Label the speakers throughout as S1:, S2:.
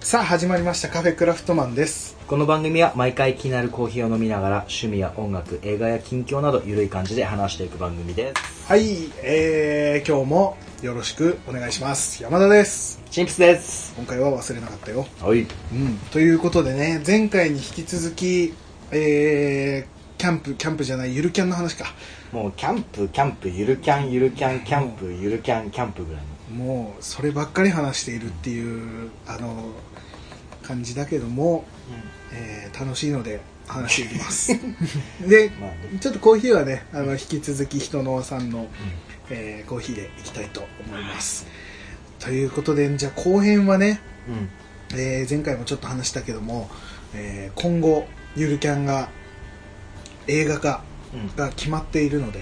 S1: さあ始まりましたカフェクラフトマンです
S2: この番組は毎回気になるコーヒーを飲みながら趣味や音楽映画や近況などゆるい感じで話していく番組です
S1: はいえー、今日もよろしくお願いします山田です
S2: チンプスです
S1: 今回は忘れなかったよ
S2: はい
S1: うんということでね前回に引き続きえー、キャンプキャンプじゃないゆるキャンの話か
S2: もうキャンプキャンプゆるキャンゆるキャンキャンプゆるキャンキャンプぐらい
S1: もうそればっかり話しているっていうあの感じだけども、えー楽しいので話していきます で、
S2: まあね
S1: ちょっとコーヒーはねあの引き続き人のさんの、えーコーヒーでいきたいと思いますということでじゃあ後編はね、
S2: のうん
S1: えー前回もちょっと話したけども、えー今後ゆるキャンが映画化
S2: うんうん
S1: が決まっているので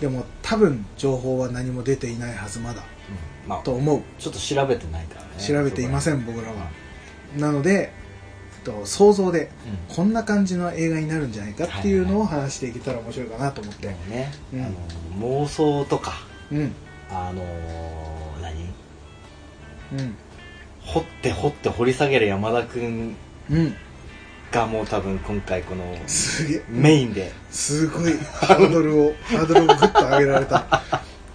S1: でも多分情報は何も出ていないはずまだ
S2: まあ
S1: と思う
S2: ちょっと調べてないからね
S1: 調べていません僕ら
S2: そこ
S1: は
S2: は
S1: なので、えっと、想像で
S2: うん
S1: こんな感じの映画になるんじゃないかっていうのを話していけたら面白いかなと思って
S2: でもねあ
S1: うん
S2: の妄想とか
S1: うんうん
S2: あのー何掘って掘って掘り下げる山田君
S1: うん、
S2: がもう多分今回この
S1: すげえ
S2: メインで、
S1: すごいハードルをハードルをグッと上げられた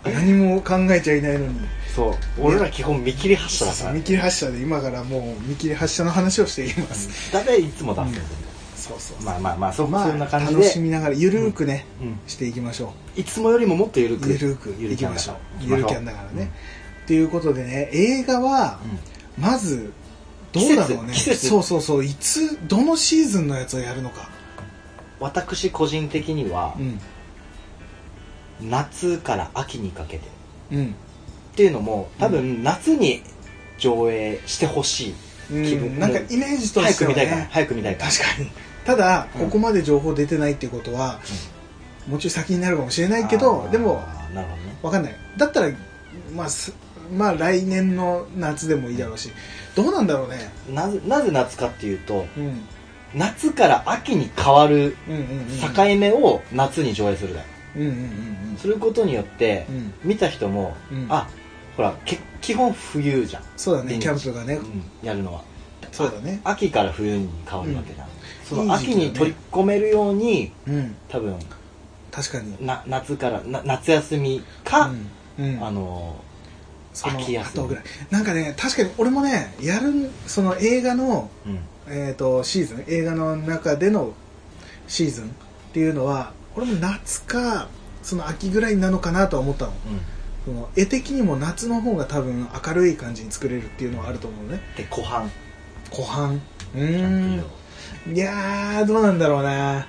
S1: 何も考えちゃいないのに
S2: そう俺ら基本見切り発車だから
S1: 見切り発車で今からもう見切り発車の話をしていきます、
S2: だっていつも出すんだよね
S1: そうそうそう
S2: まあまあまあそ,、
S1: まあ
S2: そんな感じ
S1: 楽し
S2: で、
S1: みながらゆるーくね、
S2: うん、
S1: していきましょう
S2: いつもよりももっと緩く
S1: ゆるく
S2: ゆ
S1: い
S2: る
S1: き
S2: キャン
S1: ま
S2: だ
S1: しょ
S2: か
S1: う
S2: ら
S1: ゆるキャンだからね、っていうことでね映画は
S2: うん
S1: まずどうだろうね
S2: 季節季節
S1: そうそうそういつどのシーズンのやつをやるのか
S2: 私個人的には、
S1: うん
S2: 夏から秋にかけてっ
S1: うん
S2: ていうのも多分夏に上映してほしい、
S1: うん
S2: 気分
S1: なんかイメージと
S2: 早
S1: しては
S2: く見たいから
S1: ね
S2: 早く見たいから
S1: 確かにただ、
S2: うん
S1: ここまで情報出てないっていうことは、もうちょい先になるかもしれないけ
S2: あ
S1: ど
S2: ー
S1: でも
S2: なるほどね
S1: わかんないだったらまあすまあ来年の夏でもいいだろうしどうなんだろうね、
S2: なぜなぜ夏かっていうと
S1: うん、
S2: 夏から秋に変わる
S1: うんうんうん
S2: 境目を夏に上映するだよ、
S1: うんうんうん
S2: することによって、
S1: うんうん
S2: 見た人も、
S1: うん
S2: あほらけ基本冬じゃん、
S1: そうだね
S2: 現地
S1: キャンプがね
S2: うんやるのは
S1: そうだね
S2: 秋から冬に変わるわけだ、そ
S1: いい
S2: の
S1: 時期
S2: 秋
S1: だね
S2: に取り込めるように、
S1: うん
S2: 多分
S1: 確かに
S2: な夏からな夏休みか、
S1: うんうん
S2: あの
S1: その
S2: 秋休み
S1: 後ぐらいなんかね確かに俺もねやるその映画の、
S2: うん
S1: えー、とシーズン映画の中でのシーズンっていうのは俺も夏かその秋ぐらいなのかなとは思ったの
S2: うん
S1: その絵的にも夏の方が多分明るい感じに作れるっていうのはあると思うね
S2: で湖畔
S1: 湖畔う
S2: キャン
S1: ー
S2: プ
S1: んいやーどうなんだろうな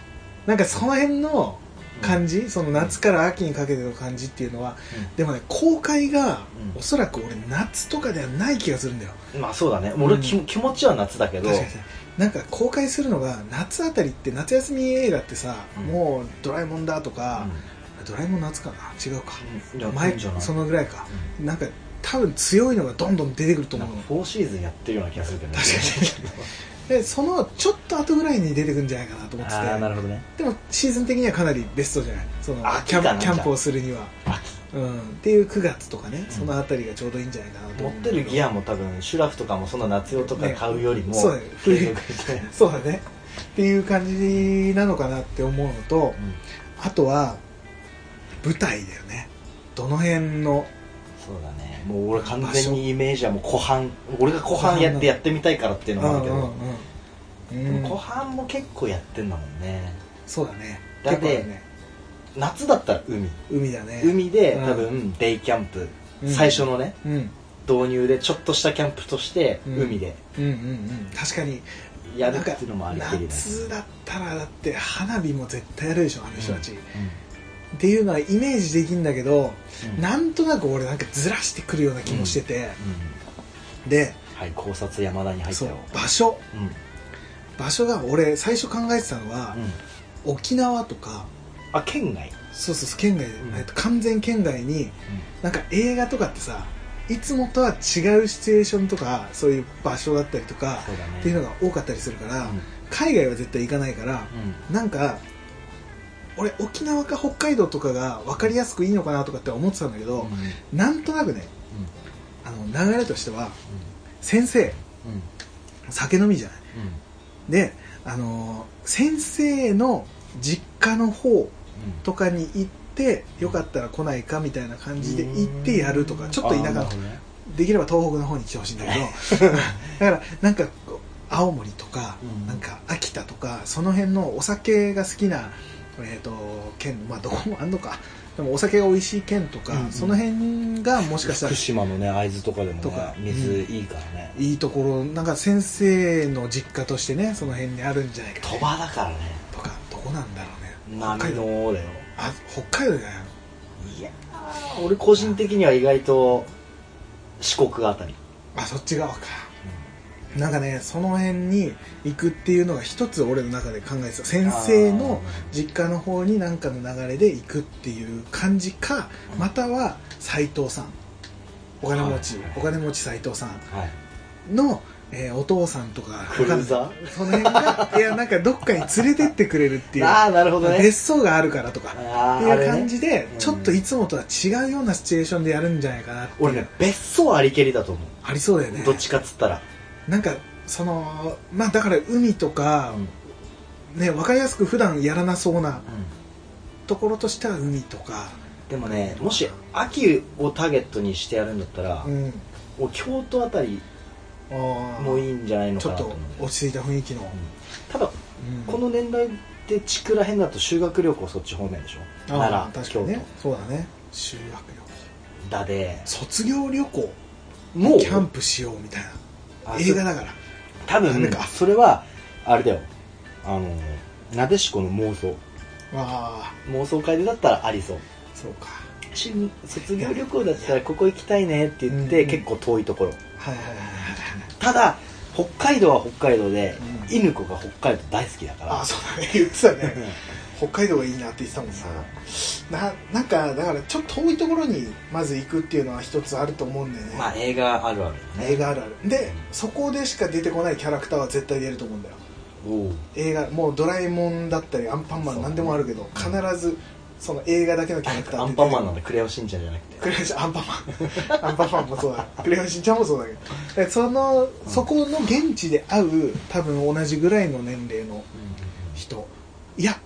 S1: なんかその辺の
S2: 場
S1: 感じ、その夏から秋にかけての感じっていうのはでもね公開が
S2: うん
S1: おそらく俺夏とかではない気がするんだよ
S2: うんまあそうだね俺、き
S1: うん
S2: 気持ちは夏だけど
S1: 確かにさなんか公開するのが夏あたりって夏休み映画ってさ、
S2: うん
S1: もう「ドラえもん」だとか、ドラえもん夏かな違うか、
S2: うんいやいい
S1: 前
S2: んじゃない
S1: そのぐらいか
S2: うん
S1: なんか多分強いのがどんどん出てくると
S2: な
S1: 思
S2: ん
S1: う
S2: か
S1: の
S2: 4シーズンやってるような気がするけど、ね、
S1: 確 でそのちょっと後ぐらいに出てくるんじゃないかなと思って
S2: ああ
S1: て
S2: なるほどね
S1: でもシーズン的にはかなりベストじゃないその
S2: あ
S1: キャ
S2: 秋か
S1: ン
S2: な
S1: キャンプをするには、
S2: 秋
S1: うん、っていう9月とかね
S2: ん
S1: そのあたりがちょうどいいんじゃないかなと思
S2: 持っ
S1: うんだ
S2: て
S1: けど
S2: るギアも多分シュラフとかもそんな夏用とか買うよりも、
S1: ねそうだよ
S2: 継続して
S1: そうだねっていう感じなのかなって思うのと
S2: うん
S1: あとは舞台だよねどの辺の
S2: そうだねもう俺完全にイメージはもう湖畔俺が湖畔やってやってみたいからっていうのもあるけど、
S1: うんうん
S2: で
S1: うんう
S2: も
S1: ん
S2: 湖畔も結構やってんだもんね
S1: そうだね
S2: だって
S1: 結構あるね
S2: 夏だったら海
S1: 海だね
S2: 海で
S1: うん
S2: 多分デイキャンプ、
S1: うん
S2: 最初のね
S1: うんうん
S2: 導入でちょっとしたキャンプとして
S1: うん
S2: 海で
S1: うんうん確かに
S2: やるっていうのもありきりだし
S1: 夏だったらだって花火も絶対やるでしょあの人たち、っ
S2: うん
S1: ていうのはイメージできんだけど、
S2: うん
S1: なんとなく俺なんかずらしてくるような気もしてて、
S2: うん
S1: で
S2: はい考察山田に入った
S1: そう
S2: よ
S1: 場所
S2: うんうん
S1: 場所が俺最初考えてたのは、沖縄とか
S2: あ県外
S1: そうそうそう県外、
S2: うん
S1: えっと完全県外になんか映画とかってさいつもとは違うシチュエーションとかそういう場所だったりとか
S2: そうだね
S1: っていうのが多かったりするから、
S2: うん
S1: 海外は絶対行かないから、
S2: うん
S1: なんか俺沖縄か北海道とかが分かりやすくいいのかなとかって思ってたんだけど、
S2: うん
S1: なんとなくねあの流れとしては
S2: う
S1: 先生
S2: んうん
S1: 酒飲みじゃないであの先生の実家の方とかに行ってよかったら来ないかみたいな感じで行ってやるとかちょっと田舎の方できれば東北の方に来てほしいんだけど だからなんかこう青森とか、
S2: うん
S1: なんか秋田とかその辺のお酒が好きな、えー、と県まあどこもあんのかでもお酒が美味しい県とか、
S2: うんうん
S1: その辺がもしかしたら
S2: 福島のね会津とかでも
S1: と
S2: ね
S1: か
S2: 水いいからね
S1: いいところなんか先生の実家としてねその辺にあるんじゃないか、
S2: 鳥
S1: ね、
S2: 羽だからね
S1: とかどこなんだろうね
S2: 波
S1: 北海道
S2: のだよ
S1: あ北海道じゃないの
S2: いやー俺個人的には意外と四国あたり
S1: あそっち側かなんかねその辺に行くっていうのが一つ俺の中で考えてた先生の実家の方に何かの流れで行くっていう感じか
S2: うん
S1: または斎藤さんお金持ち、
S2: はい
S1: お金持ち斎藤さん
S2: はい
S1: の、えーお父さんとか
S2: クルーザ
S1: その辺がいやなんかどっかに連れてってくれるってい
S2: ー
S1: う
S2: あ あなるほどね
S1: 別荘があるからとかっ
S2: あ
S1: て
S2: ーあ
S1: いう
S2: れ
S1: 感
S2: ね
S1: じで、
S2: うん
S1: ちょっといつもとは違うようなシチュエーションでやるんじゃないかなっていう
S2: 俺ね別荘ありけりだと思
S1: ありそうだよね
S2: うどっちかっつったら
S1: なんかそのまあだから海とか、ね分かりやすく普段やらなそうなところとしては海とか、
S2: でもねもし秋をターゲットにしてやるんだったら
S1: うん、
S2: もう京都あたりも
S1: も
S2: いいんじゃないの
S1: ち
S2: か
S1: ょ
S2: な
S1: っ
S2: と思
S1: と
S2: うんだよね
S1: 落ち着いた雰囲気の、
S2: ただ
S1: うん
S2: この年代って地区らへんだと修学旅行そっち方面でしょ
S1: あー
S2: 奈良
S1: 確か
S2: 京
S1: に
S2: 都
S1: ねそうだね修学旅行
S2: だで
S1: 卒業旅行
S2: もう
S1: キャンプしようみたい
S2: あ
S1: な
S2: そ
S1: 映画だから
S2: 多
S1: ダ
S2: 分
S1: メか
S2: それはあれだよあのなでしこの妄想
S1: ああ
S2: 妄想会でだったらありそう
S1: そうか
S2: し卒業旅行だったらここ行きたいねって言っ
S1: うん
S2: て
S1: うん
S2: 結構遠いところ
S1: はいはいはいはいはい
S2: ただ北海道は北海道で
S1: うん
S2: 犬子が北海道大好きだか
S1: あ
S2: ら
S1: あそうだね言ってたね
S2: うん
S1: 北海道がいいなって言ってたもん
S2: そう
S1: なななんかだからちょっと遠いところにまず行くっていうのは一つあると思うんでね、
S2: まあ映画あるあるだね
S1: 映画あるあるでそこでしか出てこないキャラクターは絶対出ると思うんだよ
S2: おう
S1: 映画もうドラえもんだったりアンパンマ
S2: そ
S1: ン
S2: う
S1: なんでもあるけど必ずその映画だけのキャラクター
S2: ア
S1: って出て
S2: ンパ
S1: る
S2: ンマンなんだクレヨンしんちゃんじゃなくて
S1: クレヨンしんアンパンマンアンパンマンも そうだクレヨンしんちゃんもそうだけどでそのそこの現地で会う多分同じぐらいの年齢の人いや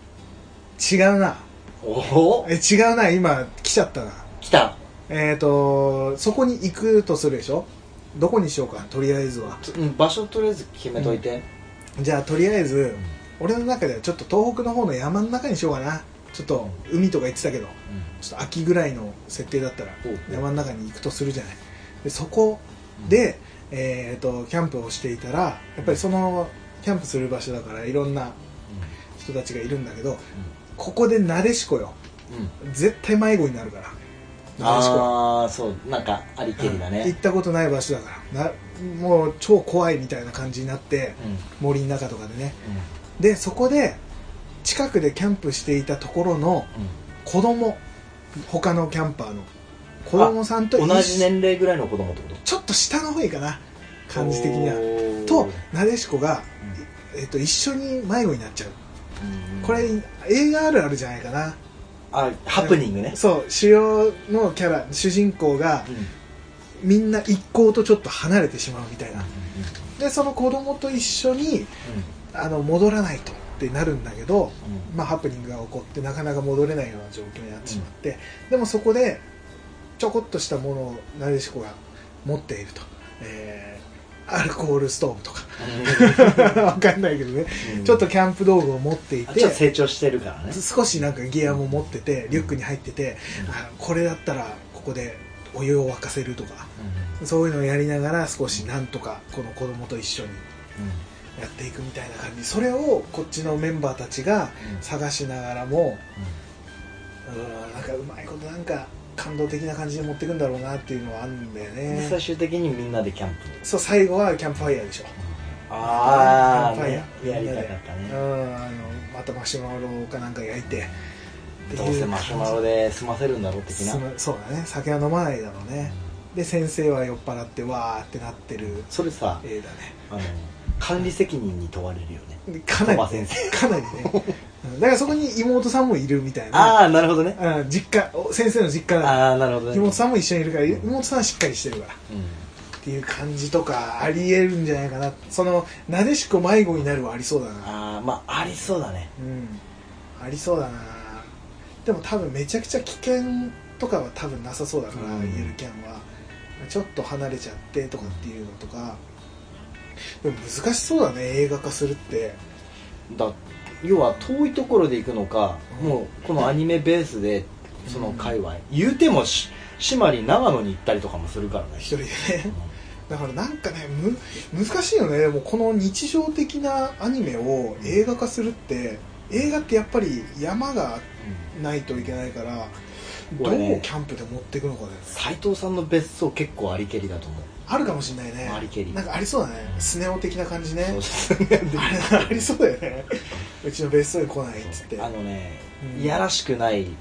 S1: 違うな
S2: おお
S1: え違うな今来ちゃったな
S2: 来た
S1: えっ、とそこに行くとするでしょどこにしようかとりあえずは
S2: ちょうん場所とりあえず決めといて
S1: じゃあとりあえず俺の中ではちょっと東北の方の山の中にしようかなちょっと海とか言ってたけどちょっと秋ぐらいの設定だったら
S2: ほうほう
S1: 山の中に行くとするじゃないでそこで、えー、とキャンプをしていたらやっぱりそのキャンプする場所だからいろんな人たちがいるんだけどここでなでしこよ
S2: うんうん
S1: 絶対迷子になるからなでしこ
S2: ああそうなんかありけりだ
S1: 行っ
S2: ね
S1: たことない場所だからなもう超怖いみたいな感じになって
S2: うん
S1: 森の中とかでねでそこで近くでキャンプしていたところの子供他のキャンパーの子供さんと
S2: うん
S1: 一緒
S2: 同じ年齢ぐらいの子供ってこと
S1: ちょっと下の方がいいかな感じ的には
S2: は
S1: となでしこが、えっと一緒に迷子になっちゃうこれ映画あるあるじゃないかな
S2: あハプニングね
S1: そう主要のキャラ主人公が
S2: うん
S1: みんな一行とちょっと離れてしまうみたいな
S2: う
S1: でその子供と一緒に
S2: ん
S1: あの戻らないとってなるんだけど、
S2: うん
S1: まあ、ハプニングが起こってなかなか戻れないような状況になってしまって、でもそこでちょこっとしたものをなでしこが持っていると、えーアルコールストーブとかわかん ないけどね、
S2: うん
S1: ちょっとキャンプ道具を持ってい
S2: あちょっと
S1: て
S2: 成長してるからね
S1: 少しなんかギアも持っててリュックに入ってて、
S2: うん
S1: あこれだったらここでお湯を沸かせるとかそういうのをやりながら少しなんとかこの子供と一緒に
S2: うんうん
S1: やっていくみたいな感じそれをこっちのメンバーたちが探しながらもうーんなんかうまいことなんか感動的な感じで持っていくんだろうなっていうのはあるんだよ
S2: で
S1: ね
S2: 最終的にみんなでキャンプ
S1: そう最後はキャンプファイヤーでしょキ
S2: ああ
S1: ャンプファイ
S2: ね
S1: ヤー
S2: やりたかった
S1: う
S2: ね
S1: んあのまたマシュマロかなんか焼いてっていう
S2: どうせマシュマロで済ませるんだろう的な
S1: すまそうだね酒は飲まないだろうねで先生は酔っ払ってわーってなってる
S2: それさ
S1: 絵だね
S2: あの管理責任に問われるよね
S1: でかなり
S2: トマ先生
S1: かなりねうんだからそこに妹さんもいるみたいな
S2: ああなるほどね
S1: うん実家お先生の実家だ
S2: ああなるほどね
S1: 妹さんも一緒にいるから妹さんはしっかりしてるから
S2: うん
S1: っていう感じとかありえるんじゃないかなそのなでしこ迷子になるはありそうだな
S2: あーまあありそうだね
S1: うんありそうだなでも多分めちゃくちゃ危険とかは多分なさそうだから、
S2: うん
S1: ゆるキャンはちょっと離れちゃってとかっていうのとかでも難しそうだね映画化するって
S2: だ要は遠いところで行くのか、
S1: うん
S2: もうこのアニメベースでその界隈、言うてもし島に長野に行ったりとかもするからね
S1: 一人でねだからなんかねむ難しいよねもうこの日常的なアニメを映画化するって映画ってやっぱり山がないといけないからど
S2: こ
S1: う
S2: れね
S1: キャンプで持っていくのかね
S2: 斎、斉藤さんの別荘結構ありけりだと思う
S1: あるかもしれないね
S2: ありけり
S1: なんかありそうだねスネ夫的な感じね
S2: そうですね
S1: あれありそうだよねうちの別荘に来ないっつって
S2: あのね、
S1: うん
S2: いやらしくない
S1: うん、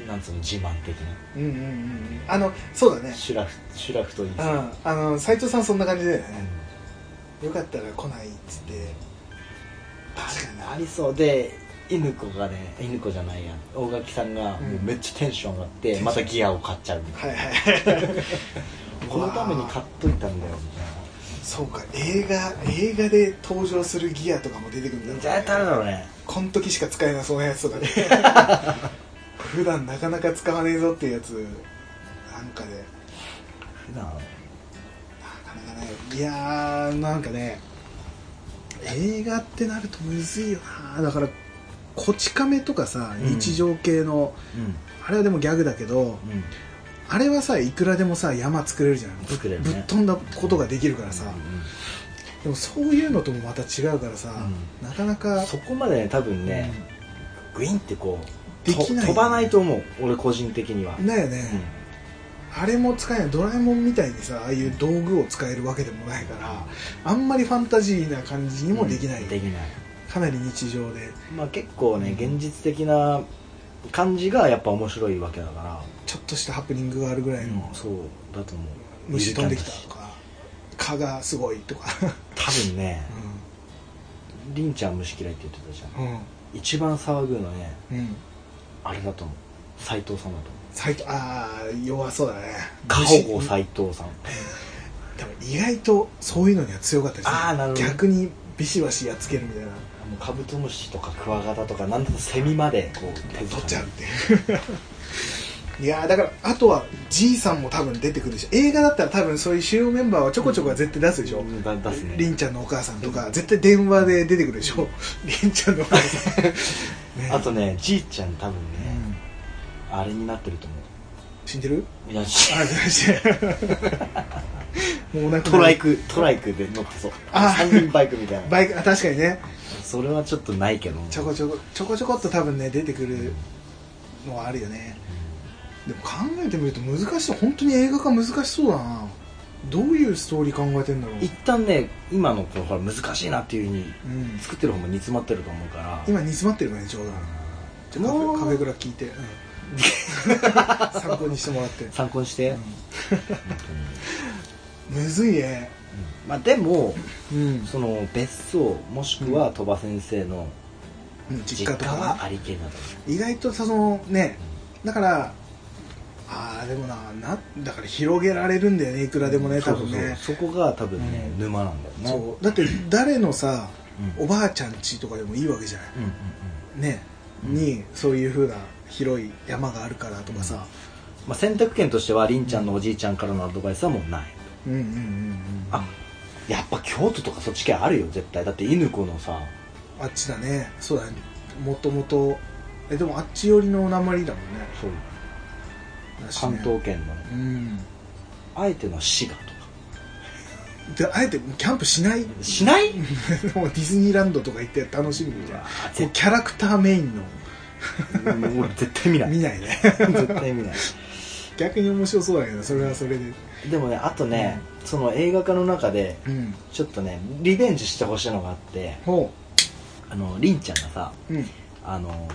S1: うん
S2: なんつうの自慢的な
S1: うんうんうんあのそうだね
S2: シュラフシュラフといい
S1: うん
S2: さ、
S1: あの斎藤さんそんな感じだよ
S2: う
S1: ね
S2: ん
S1: よかったら来ないっつって確かに
S2: ありそうで犬子がね犬子じゃないや大垣さんが
S1: うん
S2: もうめっちゃテンション上がって、
S1: ンション
S2: またギアを買っちゃうみたい
S1: はいはい
S2: な このために買っといたんだよみたいな
S1: そうか映画映画で登場するギアとかも出てくるんだろうね
S2: 絶対誰だろうね
S1: こん時しか使えなそうなやつとかね 普段なかなか使わねえぞっていうやつなんかで
S2: 普段
S1: なかなかないいやーなんかね映画ってなるとむずいよなだから「こち亀」とかさ
S2: うん
S1: 日常系の、あれはでもギャグだけど
S2: うんうん
S1: あれはさいくらでもさ山作れるじゃんぶ
S2: 作れるね
S1: ぶっ飛んだことができるからさ、
S2: う
S1: でもそういうのともまた違うからさ、
S2: う
S1: なかなんか
S2: そこまでね多分ね、グインってこう
S1: できない
S2: と飛ばないと思う俺個人的には、
S1: うんだよね、あれも使えないドラえもんみたいにさああいう道具を使えるわけでもないからあんまりファンタジーな感じに
S2: うん
S1: もできない、
S2: できない
S1: かなり日常で
S2: まあ結構ね現実的な感じがやっぱ面白いわけだから、
S1: ちょっとしたハプニングがあるぐらいの、
S2: そうだと思う
S1: 虫飛んできたとか蚊がすごいとか
S2: 多分ねりんちゃん虫嫌いって言ってたじゃ ん
S1: うんうん
S2: 一番騒ぐのね
S1: うん
S2: あれだと思う斎藤さんだと思う
S1: 最近ああ弱そうだね
S2: 過保護斎藤さん
S1: でも意外とそういうのには強かったりす
S2: あーなるほど
S1: 逆にビシバシやっつけるみたいな
S2: もうカブトムシとかクワガタとかなんだとセミまでこう手
S1: 取っちゃうっていう いやーだからあとはじいさんも多分出てくるし映画だったら多分そういう主要メンバーはちょこちょこは絶対出すでしょ、
S2: うんだ出すね
S1: りんちゃんのお母さんとか絶対電話で出てくるでしょ、りんちゃんのお母 さん、ね
S2: あとねじいちゃん多
S1: う
S2: 分ね、
S1: ん
S2: あれになってると思
S1: 死んでる
S2: ういやじ
S1: あして もうお亡くなり
S2: トライクトライクで乗ってそう
S1: あ
S2: 三輪バイクみたいな
S1: バイクあ確かにね
S2: それはちょっとないけど
S1: ちょこちょこちょこちょこっと多分ね出てくるのはあるよねでも考えてみると難しそう本当に映画化難しそうだなどういうストーリー考えてんだろう、
S2: 一旦ね今のこうほら難しいなっていうふうに
S1: うん、
S2: 作ってる方も煮詰まってると思うから
S1: 今煮詰まってるからねちょうどじゃあカフ
S2: もう
S1: ェカフェグラ聞いて、うん 参考にしてもらって、
S2: 参考にして、
S1: むずいね
S2: まあ、でも
S1: うん
S2: その別荘もしくは鳥羽先生の
S1: 実
S2: 実
S1: 家と
S2: 家
S1: か
S2: はありけりだと
S1: 意外とそのねだからああでもななだから広げられるんだよねいくらでもね多分ね
S2: そうそうそうそこが多分ね、
S1: うん
S2: 沼なんだよね
S1: そうだって誰のさ
S2: うん
S1: おばあちゃん家とかでもいいわけじゃない
S2: うんうん
S1: ね
S2: うん
S1: にそういうふうな広い山があるからとかさ
S2: まあ、選択権としてはりんちゃんのおじいちゃんからのアドバイスはもうない
S1: うんうんうんうん
S2: あやっぱ京都とかそっち系あるよ絶対だって犬子のさ
S1: あっちだねそうだねもともとえでもあっち寄りの鉛だもんね
S2: そう
S1: だしね
S2: 関東圏の
S1: うん
S2: あえての滋賀とか
S1: であえてキャンプしない もう
S2: しない
S1: ディズニーランドとか行って楽しむみたいな
S2: わ
S1: こ
S2: ー
S1: うキャラクターメインの
S2: うん俺絶対見ない
S1: 見ないね
S2: 絶対見ない
S1: 逆に面白そうだけどそれはそれで
S2: でもねあとね、その映画化の中で
S1: うん
S2: ちょっとねリベンジしてほしいのがあって
S1: ほ
S2: あのりんちゃんがさ
S1: ううん
S2: あの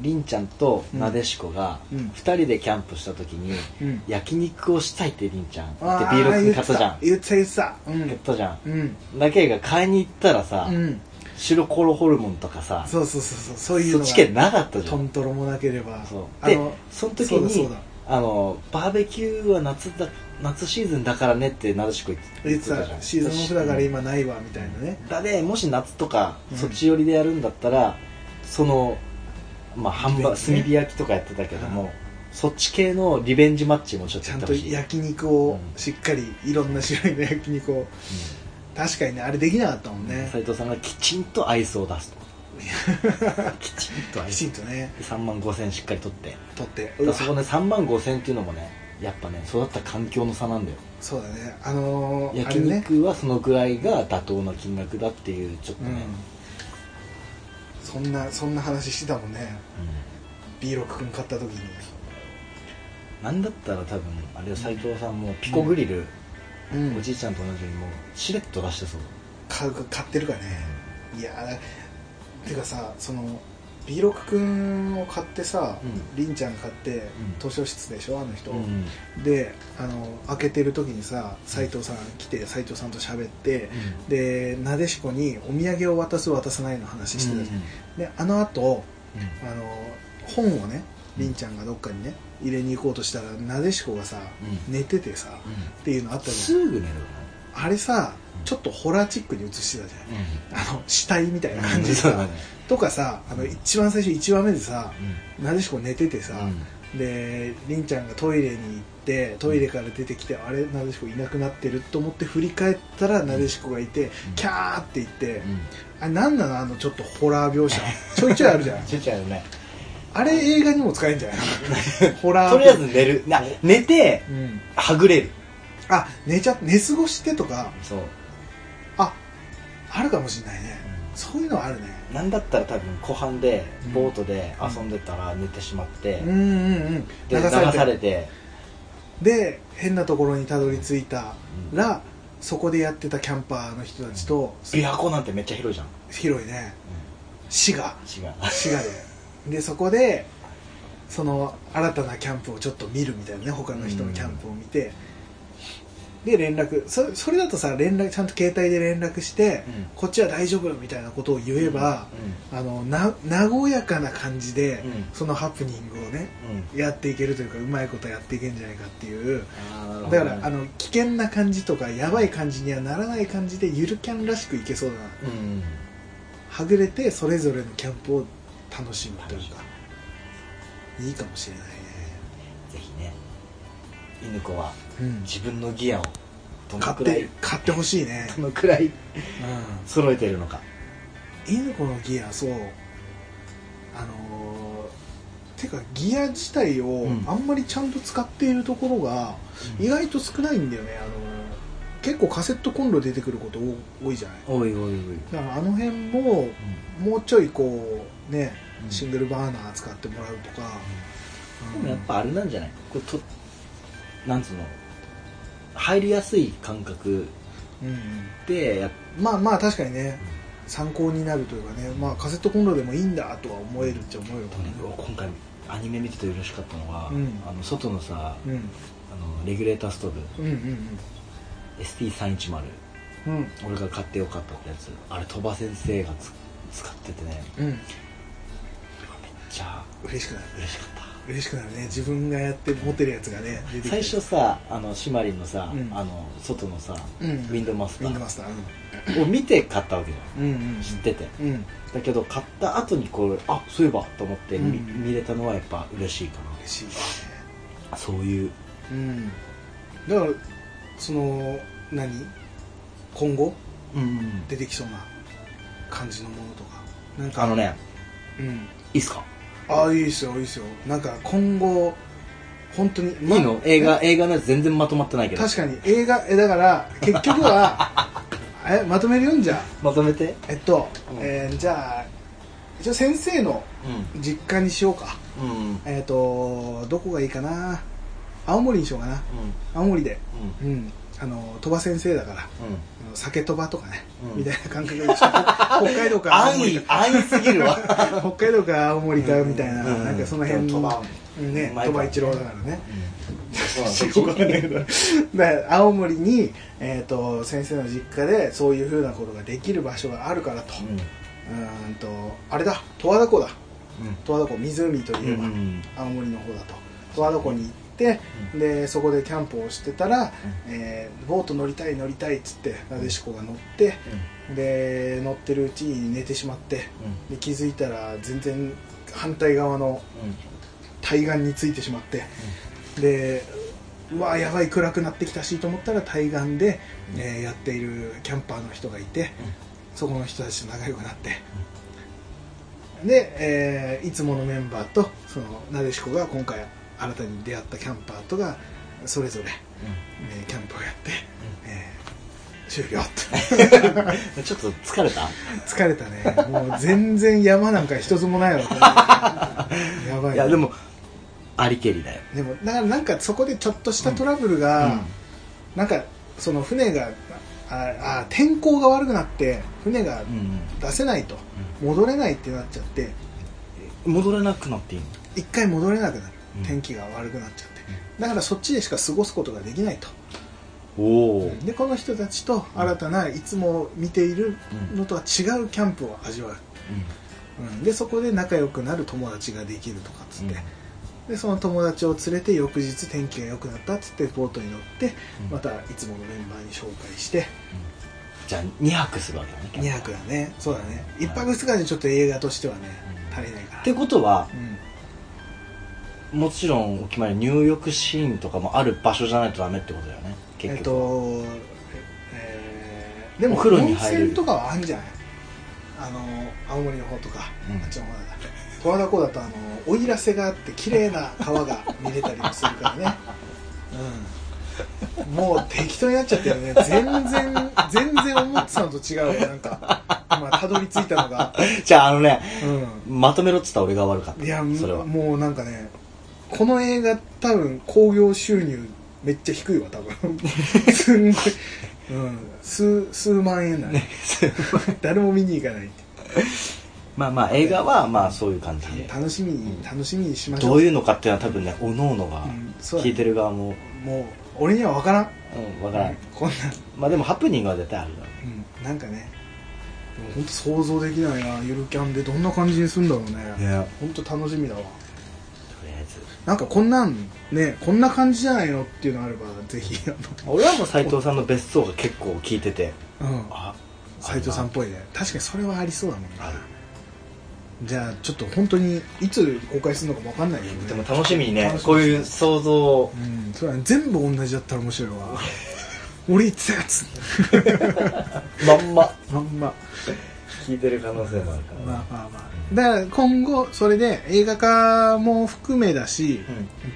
S2: りんちゃんとなでしこが
S1: うんうん
S2: 2人でキャンプした時に
S1: うん
S2: 焼肉をしたいってりんちゃんって
S1: あ
S2: B6 に買ったじゃん
S1: 言ってた言ってた言
S2: 買
S1: っ
S2: っ
S1: て
S2: たじゃん
S1: たうん
S2: だけが買いに行ったらさ、
S1: うんうん
S2: 白コロホルモンとかさ
S1: そうそうそうそうそういう
S2: そ
S1: の
S2: っ
S1: が
S2: ち系なかったじゃ
S1: ト
S2: ん
S1: ントロもなければ
S2: そう
S1: あ
S2: で
S1: の
S2: その時
S1: そうだそう
S2: に
S1: だ
S2: あのバーベキューは夏だ夏シーズンだからねってなでしこ言
S1: 言
S2: っ
S1: ってて
S2: たじゃん
S1: たシーズンオフだから今ないわみたいなね
S2: だねもし夏とか
S1: うん
S2: そっち寄りでやるんだったら、そのまあハンバ
S1: リベンジね
S2: 炭火焼きとかやってたけども、
S1: うん
S2: そっち系のリベンジマッチもちょっと
S1: ち
S2: や
S1: ゃ
S2: っ
S1: ん
S2: て
S1: と
S2: ほしい、うん
S1: 焼肉をしっかりいろんな種類の焼肉を確かにねあれできなかったもんね
S2: 斉藤さんがきちんとアイスを出すと きちんとアイ
S1: き
S2: ス
S1: ちんとね
S2: 3万5000しっかり取ってだか
S1: 取って
S2: らそこね3万5000っていうのもねやっぱね育った環境の差なんだよ
S1: そうだねあのー、あれ
S2: 焼
S1: ね
S2: 肉はそのぐらいが妥当な金額だっていうちょっと
S1: う
S2: ね、
S1: んそんなそんな話してたもんね
S2: うん
S1: B6 君買った時に
S2: なんだったら多分あれよ斉藤さんもピコグリル、
S1: うん
S2: おじいちゃんと同じようにもうしれっと出してそう
S1: 買う買ってるかねいやーてかさその B6 君を買ってさ、
S2: うん
S1: りんちゃん買って
S2: ん
S1: 図書室でしょあの人、
S2: うん
S1: であの開けてる時にさ斉藤さん来て斉藤さんと喋って、でなでしこにお土産を渡す渡さないの話してた、
S2: うん
S1: であの後
S2: うん
S1: あの本をねりんちゃんがどっかにね入れに行こうとしたらなでしこがさ、
S2: うん
S1: 寝ててさっていうのあったじゃん
S2: すぐ寝るわ
S1: あれさ
S2: うん
S1: ちょっとホラーチックに映してたじゃ
S2: な
S1: ないあの死体みたいな感じで
S2: そ
S1: さ、
S2: うだね
S1: とかさあの一番最初1話目でさなでしこ寝ててさ、
S2: うん
S1: でりんちゃんがトイレに行ってトイレから出てきて、あれなでしこいなくなってると思って振り返ったらなでしこがいて、キャーって言って、あれなんなのあのちょっとホラー描写ちょいちょいあるじ ゃん
S2: ちっちゃいよね
S1: あれ映画にも使えんじゃない ホラー
S2: とりあえず寝るな寝て
S1: うん、
S2: はぐれる
S1: あ寝ちゃ寝過ごしてとか
S2: そう
S1: ああるかもしれないねそういうのはあるね
S2: なんだったら多分後半で
S1: うん
S2: ボートで遊んでたら寝てしまって
S1: うんうんうん
S2: で流
S1: て
S2: されて
S1: で変なところにたどり着いたら、そこでやってたキャンパーの人たちと
S2: 琵琶湖なんてめっちゃ広いじゃん
S1: 広いね滋賀
S2: 違う
S1: 滋賀ででそこでその新たなキャンプをちょっと見るみたいなね他の人のキャンプを見て、で連絡そそれだとさ連絡ちゃんと携帯で連絡して、
S2: うん
S1: こっちは大丈夫みたいなことを言えば、あのな和やかな感じで、
S2: うん
S1: そのハプニングをね
S2: うんうん
S1: やっていけるというかうまいことやっていけんじゃないかっていう
S2: あーなるほど
S1: だからあの危険な感じとかやばい感じにはならない感じでゆるキャンらしくいけそうだな
S2: うん
S1: はぐれてそれぞれのキャンプを楽しむというかいいかもしれないね
S2: ぜひね犬子は
S1: うん
S2: 自分のギアをどの
S1: 買っ
S2: くらい
S1: て買ってほしいね
S2: どのくらい揃えてるのか
S1: 犬子のギアそうあのーてかギア自体を
S2: うん
S1: あんまりちゃんと使っているところが意外と少ないんだよね、あのー結構カセットコンロ出てくること多いじゃない
S2: おいおいおい
S1: だからあの辺ももうちょいこうね
S2: うん
S1: シングルバーナー使ってもらうとか、
S2: でもやっぱあれなんじゃないこうとなんつうの入りやすい感覚
S1: うんうん
S2: でやっ
S1: まあまあ確かにね参考になるというかね、まあ、カセットコンロでもいいんだとは思えるっちゃ思えるか
S2: とねうわ今回アニメ見てて嬉しかったのは、
S1: うん
S2: あの外のさ、
S1: らね
S2: あのレギュレーターストーブ
S1: うんうん
S2: ST310
S1: うんうん
S2: 俺が買ってよかったってやつあれ鳥羽先生がつ使っててね
S1: うんうん
S2: めっちゃ
S1: 嬉しくなる
S2: 嬉しかった
S1: 嬉しくなるね自分がやって持ってるやつがね出てきて
S2: 最初さあのシマリンのさ、
S1: うん
S2: あの外のさ、
S1: うん
S2: ウィンドウマス
S1: ウ
S2: タ
S1: ィンドマ
S2: ー
S1: スター
S2: を見て買ったわけじ
S1: うんうん
S2: ゃん知ってて
S1: うんうん
S2: だけど買った後にこれあそういえばと思って見,、
S1: うん
S2: 見れたのはやっぱ嬉しいか
S1: 嬉しいね
S2: なそういう
S1: うんだからその何今後
S2: うん
S1: 出てきそうな感じのものとかなんか
S2: あのね
S1: うん
S2: いいっすか
S1: ああいいですよいいですよなんか今後本当に
S2: いいの
S1: ま
S2: 映画映画のやつ全然まとまってないけど
S1: 確かに映画えだから結局 はえまとめるよんじゃ
S2: まとめて
S1: えっと、
S2: うん
S1: えーじゃあ一応先生の実家にしようか
S2: うんうんうん
S1: えっ、とどこがいいかな青森にしようかな青森でうんあの鳥羽先生だからあ
S2: うん
S1: の酒鳥羽とかね、
S2: うん
S1: みたいな感覚でちょっと北海道か青
S2: 安
S1: 森
S2: 易
S1: か
S2: 安易すぎるわ
S1: 北海道か青森かみたいな、
S2: うん
S1: なんかその辺
S2: 鳥羽
S1: のうんね
S2: うまい
S1: 鳥
S2: から
S1: 羽一郎だからね
S2: うんそうな
S1: よ
S2: ん
S1: くわかんないけ どだから青森に、えー、と先生の実家でそういうふうなことができる場所があるからと
S2: うん
S1: うーんとあれだ十和田湖だ
S2: うん
S1: 十和田湖湖といえば、
S2: うん
S1: 青森の方だと十和田湖に行って、でそこでキャンプをしてたら、えーボート乗りたい乗りたいっつってなでしこが乗って、で乗ってるうちに寝てしまってで気づいたら全然反対側の対岸についてしまって、でうわやばい暗くなってきたしと思ったら対岸で、
S2: うん
S1: えーやっているキャンパーの人がいて、そこの人たちと仲良くなって、で、えーいつものメンバーとそのなでしこが今回新たに出会ったキャンパーとがそれぞれ、えーキャンプをやって、えー終了と
S2: ちょっと疲れた
S1: 疲れたねもう全然山なんか一つも ないわこれやばい
S2: いやでもありけりだよ
S1: でもだからなんかそこでちょっとしたトラブルが、
S2: うん
S1: なんかその船がああ天候が悪くなって船が
S2: うん
S1: 出せないと、戻れないってなっちゃって
S2: 戻れなくなっていいの
S1: 一回戻れなくなる、
S2: うん
S1: 天気が悪くなっちゃってだからそっちでしか過ごすことができないと、
S2: おお
S1: でこの人たちと新たないつも見ているのとは違うキャンプを味わう、うん、でそこで仲良くなる友達ができるとかっつって、でその友達を連れて翌日天気が良くなったっつってボートに乗ってまたいつものメンバーに紹介して
S2: じゃあ2泊するわけだねキャンプ
S1: 2泊だねそうだね1泊2日でちょっと映画としてはね
S2: うん
S1: 足りないから
S2: ってことは
S1: うん
S2: もちろんお決まり入浴シーンとかもある場所じゃないとダメってことだよね
S1: え
S2: 結
S1: っ
S2: 局は
S1: とえーでも
S2: お風呂に入れる
S1: 温泉とかはあるんじゃないあの青森の方とか、
S2: うん
S1: あっちの方だな十和田湖だとあの奥入瀬があって綺麗な川が見れたりもするからねうんもう適当になっちゃってるね全然全然思ってたのと違うわなんか今たどり着いたのが
S2: じゃああのね
S1: う
S2: まとめろっつったら俺が悪かった
S1: んいや
S2: そ れは
S1: もうなんかねこの映画多分興行収入めっちゃ低いわ多 分すんごい、うん、数数万円だ ね誰も見に行かないって
S2: まあまあ映画はまあそういう感じで
S1: 楽しみに楽しみにしましょう
S2: どういうのかっていうのは多分ねおのおのが
S1: うんそうだね
S2: 聞いてる側も
S1: もう俺には分からん
S2: うん分からん
S1: こんな、
S2: まあでもハプニングは絶対あるだろう
S1: うん、なんかねでも本当想像できないなゆるキャンでどんな感じにするんだろうね
S2: ね
S1: 本当楽しみだわ
S2: とりあえず
S1: なんかこんなんねこんな感じじゃないのっていうのあればぜひあ
S2: 俺はもう斎藤さんの別荘が結構聞いてて
S1: のうん
S2: あ
S1: 斉藤さんっぽいね確かにそれはありそうだもん
S2: あ
S1: な
S2: る
S1: じゃあちょっと本当にいつ公開するのか分かんないよね
S2: でも楽しみにね
S1: 楽しみです
S2: こういう想像を
S1: うんそうだね全部同じだったら面白いわ俺言ってたや つ
S2: まんま
S1: まんま
S2: 聞いてる可能性もあるからね
S1: まあまあまあだから今後それで映画化も含めだし、
S2: うん
S1: え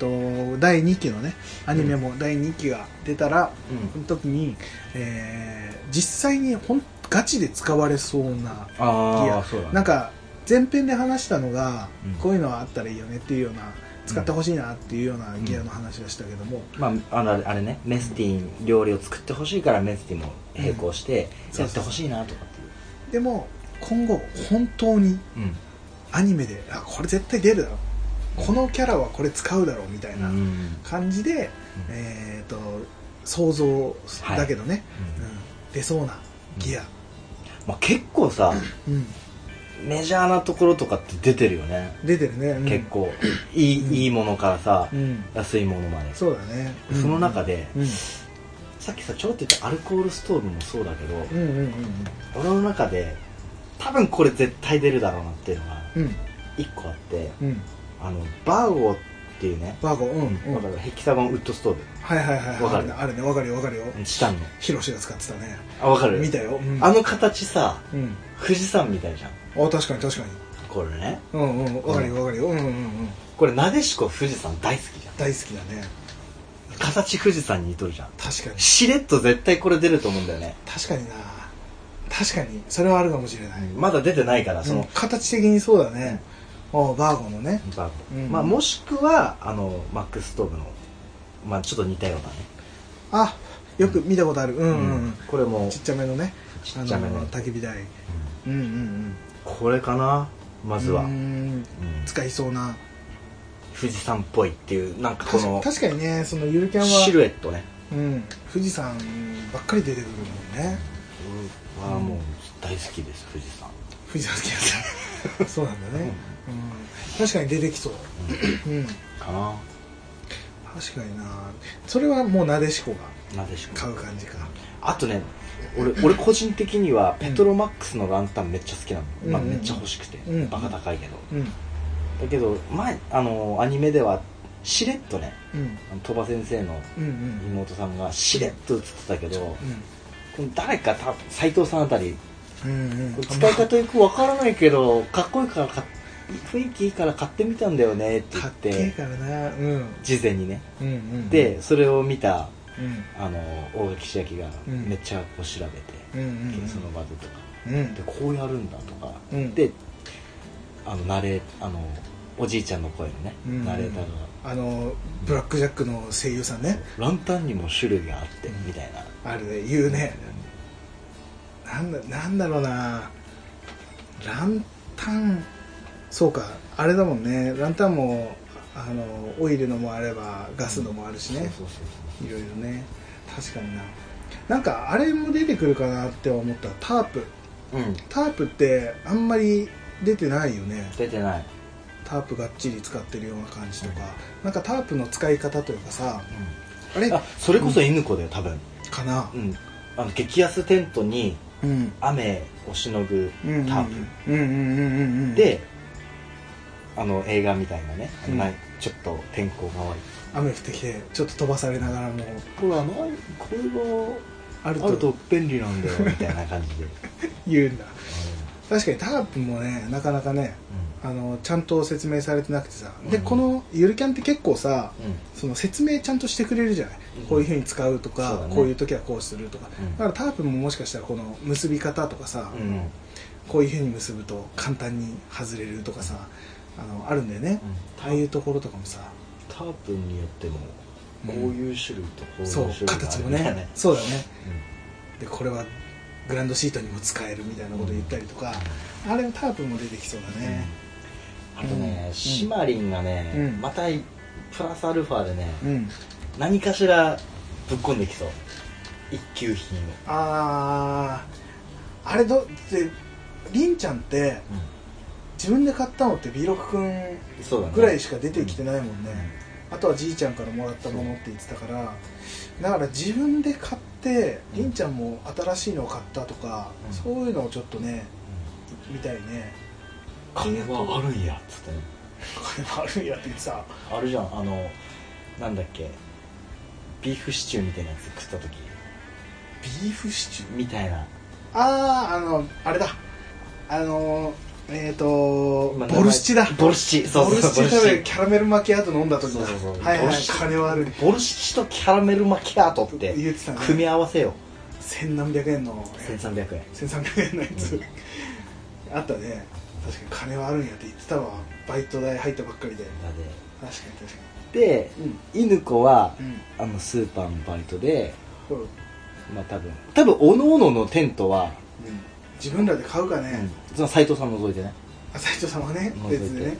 S1: っと第2期のねアニメも第2期が出たら、
S2: うん
S1: その時に、えー実際にほんガチで使われそうなギ
S2: あ
S1: ア
S2: あそうだね
S1: なんか前編で話したのが、
S2: うん
S1: こういうのはあったらいいよねっていうような使ってほしいなっていうようなギアの話はしたけども、
S2: まあ、あのあれねメスティン料理を作ってほしいからメスティンも並行して
S1: うん
S2: やってほしいなとかっていう
S1: でも今後本当に
S2: うん
S1: アニメであこれ絶対出るだろこのキャラはこれ使うだろうみたいな
S2: うん
S1: 感じで、えー、と想像
S2: はい
S1: だけどね、
S2: うん
S1: うん、出そうなギア、
S2: まあ、結構さ
S1: うん、
S2: メジャーなところとかって出てるよね、
S1: 出てるね、うん
S2: 結構いい,、
S1: うん
S2: いいものからさ、
S1: うん、
S2: 安いものまで
S1: そうだね
S2: その中で
S1: うん
S2: さっきさちょろっと言ったアルコールストーブもそうだけど、
S1: うんうんうん
S2: 俺の中で多分これ絶対出るだろうなっていうのが
S1: うんうん
S2: 1個あって
S1: うん
S2: あのバーゴっていうね、
S1: バーゴうんう
S2: わ
S1: ん
S2: かるヘキサゴンウッドストーブ
S1: はいはいはい
S2: わか
S1: あ
S2: る
S1: るねあるねわかるよわかるよ
S2: チタンの
S1: ヒロシが使ってたね
S2: あわかる
S1: 見たよ、うん
S2: あの形さ
S1: うん
S2: 富士山みたいじゃん
S1: あ確かに確かに
S2: これね
S1: うんうんわかるよわかるようんうんうんうん
S2: これなでしこ富士山大好きじゃん
S1: 大好きだね
S2: 形富士山に似とるじゃん
S1: 確かに
S2: しれっと絶対これ出ると思うんだよね
S1: 確かにな確かにそれはあるかもしれない、
S2: まだ出てないからそ
S1: その
S2: の、
S1: 形的にそうだね、おバーゴのね
S2: バーゴ
S1: うん
S2: まあ、もしくはあのマックストーブの、まあ、ちょっと似たようなね、
S1: あよく見たことあるうんうん、うん、
S2: これも
S1: ちっちゃめのね
S2: ちっちゃめの
S1: あの焚き火台うんうんうん
S2: これかなま
S1: ま
S2: ずは、うん
S1: 使いそうな
S2: 富士山っぽいっていうなんかこ
S1: 確か
S2: の
S1: 確かにねそのゆるキャンは
S2: シルエットね
S1: うん、富士山ばっかり出てくるもんね
S2: 俺はもう大好きです富士山
S1: 富士山好きだったそうなんだね、うん、確かに出てきそう、うん、
S2: かな
S1: あ確かになそれはもうなでしこが
S2: なでしこ
S1: 買う感じか
S2: あとね俺俺個人的にはペトロマックスのランタンめっちゃ好きなの、
S1: うん
S2: まあ、めっちゃ欲しくて、
S1: うん
S2: バカ高いけど、
S1: うん
S2: だけど前あのアニメではしれっとね
S1: うん
S2: あの鳥羽先生の
S1: うんうん
S2: 妹さんがしれっと映ってたけど、
S1: うん
S2: この誰か多分斎藤さんあたり
S1: うんうん
S2: これ使い方よくわからないけどかっこいいから買っ雰囲気いいから買ってみたんだよねって
S1: か
S2: 言っ
S1: っけえ
S2: て
S1: からなうん
S2: 事前にね
S1: うんうん
S2: でそれを見た
S1: うん
S2: あの大垣千秋が
S1: うん
S2: めっちゃこう調べて、
S1: うんうん
S2: その場でとか
S1: うん
S2: でこうやるんだとか、
S1: うん
S2: であのナレーあのおじいちゃんの声のね、
S1: うん
S2: ナレーターが
S1: あのブラック・ジャックの声優さんね
S2: ランタンにも種類があって、みたいな
S1: あれね言うねなんだなんだろうなランタンそうかあれだもんねランタンもあのオイルのもあればガスのもあるしね、
S2: そうそうそう
S1: いろいろね確かにななんかあれも出てくるかなって思ったタープ
S2: そううん
S1: タープってあんまり出てないよね
S2: 出てない、
S1: タープがっちり使ってるような感じとか、なんかタープの使い方というかさあれ
S2: あそれこそ犬子だよ多分、
S1: かな
S2: うんあの激安テントに
S1: うん
S2: 雨をしのぐタ
S1: うん
S2: ープ、
S1: うんうんうんうんうん
S2: であの映画みたいなね、
S1: うん
S2: なちょっと天候が悪い
S1: 雨降ってきてちょっと飛ばされながらも
S2: ほらないこれ
S1: ある
S2: がある
S1: と
S2: と便利なんだよみたいな感じで、うん
S1: 言うんだ確かにタープもねなかなかねあのちゃんと説明されてなくてさ、で
S2: うん
S1: このゆるキャンって結構さ
S2: うんうん
S1: その説明ちゃんとしてくれるじゃない、
S2: うん
S1: こういうふうに使うと
S2: そう
S1: か
S2: だね
S1: こういう時はこうするとか、
S2: うん
S1: だからタープももしかしたらこの結び方とかさ、
S2: うんうん
S1: こういうふうに結ぶと簡単に外れるとかさあのあるんだよね、ああいうところとかもさ
S2: タープによってもこういう種類とこういう種
S1: そう
S2: 類がある
S1: 形も
S2: みたいな
S1: ねそうだねでこれはグランドシートにも使えるみたいなこと言ったりとか、あれもタープも出てきそうだね
S2: うんあとね、
S1: うん
S2: シマリンがね、
S1: うん
S2: またプラスアルファでね、
S1: うん、
S2: 何かしらぶっ込んできそう一級品を、
S1: あああれどってりんちゃんって自分で買ったのって B6 くん
S2: そうだね
S1: ぐらいしか出てきてないもんね、
S2: う
S1: あとはじいちゃんからもらったものって言ってたからだから自分で買って
S2: うん
S1: りんちゃんも新しいのを買ったとか、
S2: うん
S1: そういうのをちょっとね
S2: ん
S1: 見たいね
S2: 金はあるんやっつってね
S1: これ悪いやってさ
S2: あるじゃんあのなんだっけビーフシチューみたいなやつ食った時
S1: ビーフシチュー
S2: みたいな
S1: あああのあれだあのえっ、ー、と
S2: 今名前
S1: ボルシチだ
S2: ボルシチそう
S1: ボ
S2: そ
S1: ル
S2: う
S1: シ
S2: そう
S1: チ食べキャラメルマキアート飲んだ時だ
S2: そうそうそう
S1: はい
S2: ボ
S1: は
S2: ル
S1: い
S2: シチ
S1: 金はある
S2: ボルシチとキャラメルマキアートって
S1: 言ってたね
S2: 組み合わせよ
S1: 千何百円の
S2: 1300円
S1: 1300円のやつ、
S2: うん
S1: あったね確かに金はあるんやって言ってたわバイト代入ったばっかりで
S2: だ
S1: 確かに確か
S2: でで
S1: にうん
S2: 犬子は
S1: うん
S2: あのスーパーのバイトで
S1: そううん
S2: まあ多分多分おのおののテントは、
S1: 自分らで買うかね、
S2: その斎藤さん除いてね
S1: あ斉藤さんはね
S2: 除いて
S1: 別でね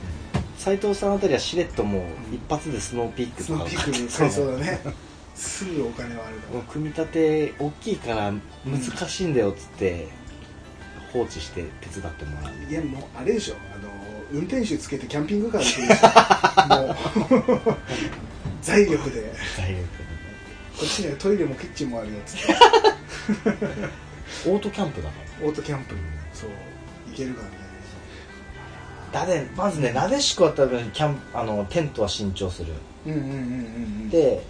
S2: 斎藤さんあたりはしれっともう
S1: うん
S2: 一発でスノーピーク
S1: ス
S2: とか
S1: ノーピークに買い そうだねすぐお金はあるだろう
S2: 組み立て大きいから難しいんだよっつって放置して手伝ってもらう
S1: いやもうあれでしょあの運転手つけてキャンピングカーで来るでしょもう 財力で
S2: 大学
S1: こっちにはトイレもキッチンもあるやつ
S2: オートキャンプだか
S1: オートキャンプそう行けるからね
S2: らだでまずねなでしこは多分キャンあのテントは新調する
S1: うんうんうんうんうん
S2: で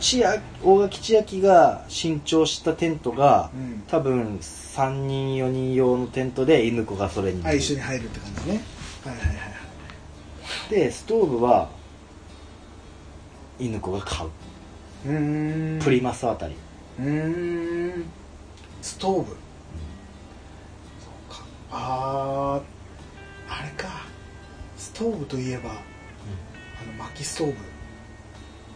S2: 千秋大垣千秋が新調したテントが
S1: うん
S2: 多分3人4人用のテントで犬子がそれに
S1: あ一緒に入るって感じねはいはいはいはい
S2: でストーブは犬子が買う
S1: うーん
S2: プリマスあたり
S1: うーんストーブ、そうかあーあれかストーブといえば、あの薪ストーブ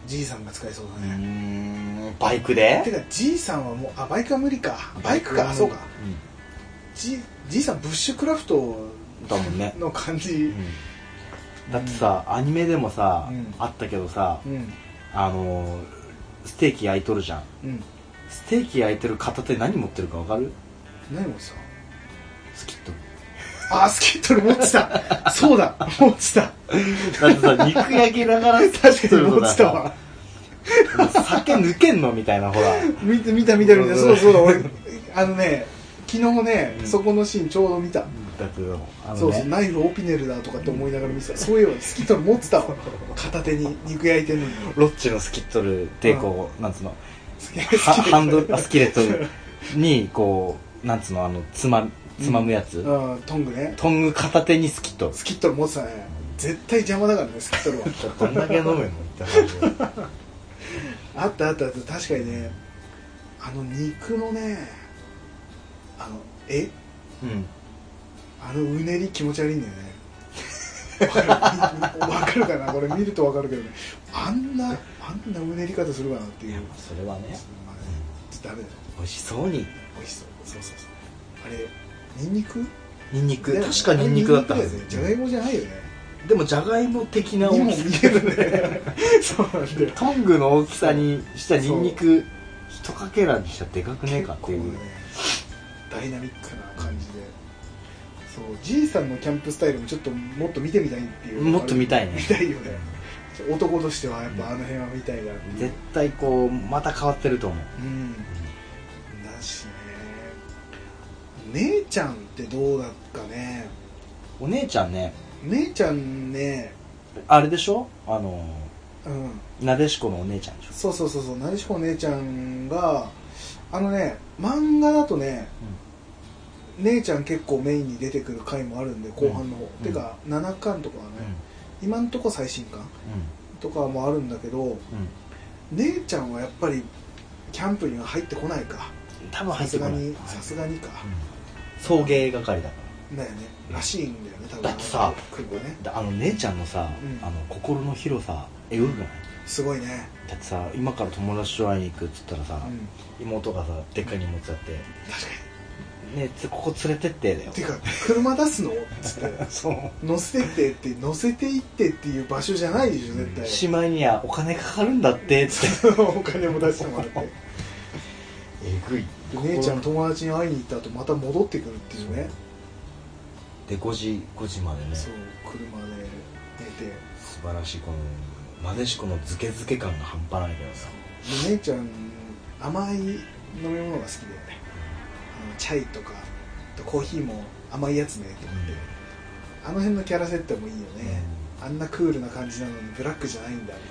S1: じいさんが使いそうだね、
S2: バイクで
S1: てかじいさんはもうあバイクは無理かバイクかそうかじじいさんブッシュクラフト
S2: うんだもんね、
S1: の感じ
S2: だってさアニメでもさ、
S1: うん
S2: あったけどさ、
S1: うん
S2: あのーステーキ焼いとるじゃん
S1: うん
S2: ステーキ焼いてる片手何持ってるか分かる
S1: 何もさ
S2: スキット
S1: あースケートル持ってたそうだ持ってた
S2: だって さ肉焼きながらさ
S1: 確かに持ってたわ
S2: 酒抜けんのみたいなほら
S1: 見て見た見た見たそうそうだ俺あのね昨日ね、
S2: うん
S1: そこのシーンちょうど見た、
S2: だってあの、ね、
S1: そうそうナイフオピネルだとかって思いながら見てた、そういえばスキートル持ってたわ 片手に肉焼いてんのに
S2: ロッチのスキットルってこう、なんつうの
S1: スキ
S2: はハン
S1: ル
S2: ドスキレットにこうなんつうのあのつまつまむやつ、
S1: うんトングね
S2: トング片手にスキットル
S1: スキットル持ってたね絶対邪魔だからねスキットルは
S2: どんだけ飲むのって話
S1: あったあったあった確かにねあの肉のねあのえ
S2: うん
S1: あのうねり気持ち悪いんだよ ねわかるわかるかなこれ見るとわかるけどねあんなあんなうねり方するかなっていうま
S2: それはね
S1: あねちょっとダメだよ
S2: 美味しそうに
S1: 美味しそうそうそうそうあれニンニク
S2: ニンニク
S1: だよね
S2: 確かニンニクだった
S1: あ
S2: は
S1: れニンニ
S2: ず
S1: クだよねじゃがいもじゃないよね
S2: でもじゃがいも的な
S1: にも
S2: 大
S1: 見
S2: きさ
S1: えるねそうなんだよ
S2: トングの大きさにしたニンニク一かけらにしたらでかくねえかっていう、
S1: 結構ねダイナミックな感じでそうじいさんのキャンプスタイルもちょっともっと見てみたいっていう
S2: もっと見たいね
S1: 見たいよね男としてはやっぱあの辺は見たいなっていう
S2: 絶対こうまた変わってると思う
S1: うんだしね姉ちゃんってどうだっかね
S2: お姉ちゃんね
S1: 姉ちゃんね
S2: あれでしょあの
S1: うん
S2: なでしこのお姉ちゃんでしょ
S1: そうそうそうそうなでしこお姉ちゃんがあのね漫画だとね、姉ちゃん結構メインに出てくる回もあるんで後半の方、
S2: うん
S1: てか7巻とかはね、今んとこ最新巻とかもあるんだけど
S2: うんうん
S1: 姉ちゃんはやっぱりキャンプには入ってこないか
S2: 多分
S1: さ
S2: 入っ
S1: す
S2: てこ
S1: が
S2: ない
S1: にさすがにか、
S2: 送迎係だか
S1: だよねらしいんだよね多分
S2: だってさ
S1: 来るわね
S2: らだあの姉ちゃんのさ、
S1: うん
S2: あの心の広さえぐくない
S1: すごいね、
S2: だってさ今から友達と会いに行くっつったらさ
S1: う、ん、
S2: 妹がさでっかい荷物あって
S1: 確か
S2: 「ねつここ連れてって」だよ
S1: に ていうか車出すのっつって
S2: そう
S1: 乗せてってって乗せていってっていう場所じゃないでしょ絶対
S2: しまいにはお金かかるんだってって
S1: お金も出してもらって
S2: えぐい
S1: で姉ちゃん友達に会いに行った後また戻ってくるっていうね
S2: で5時5時までね
S1: そう
S2: 素
S1: 車で寝て
S2: 晴らしいこのなでしこのズケズケ感が半端ないけどさ
S1: で姉ちゃん甘い飲み物が好きだよねあのチャイとかあとコーヒーも甘いやつねとかってあの辺のキャラ設定もいいよねあんなクールな感じなのにブラックじゃないんだみたいな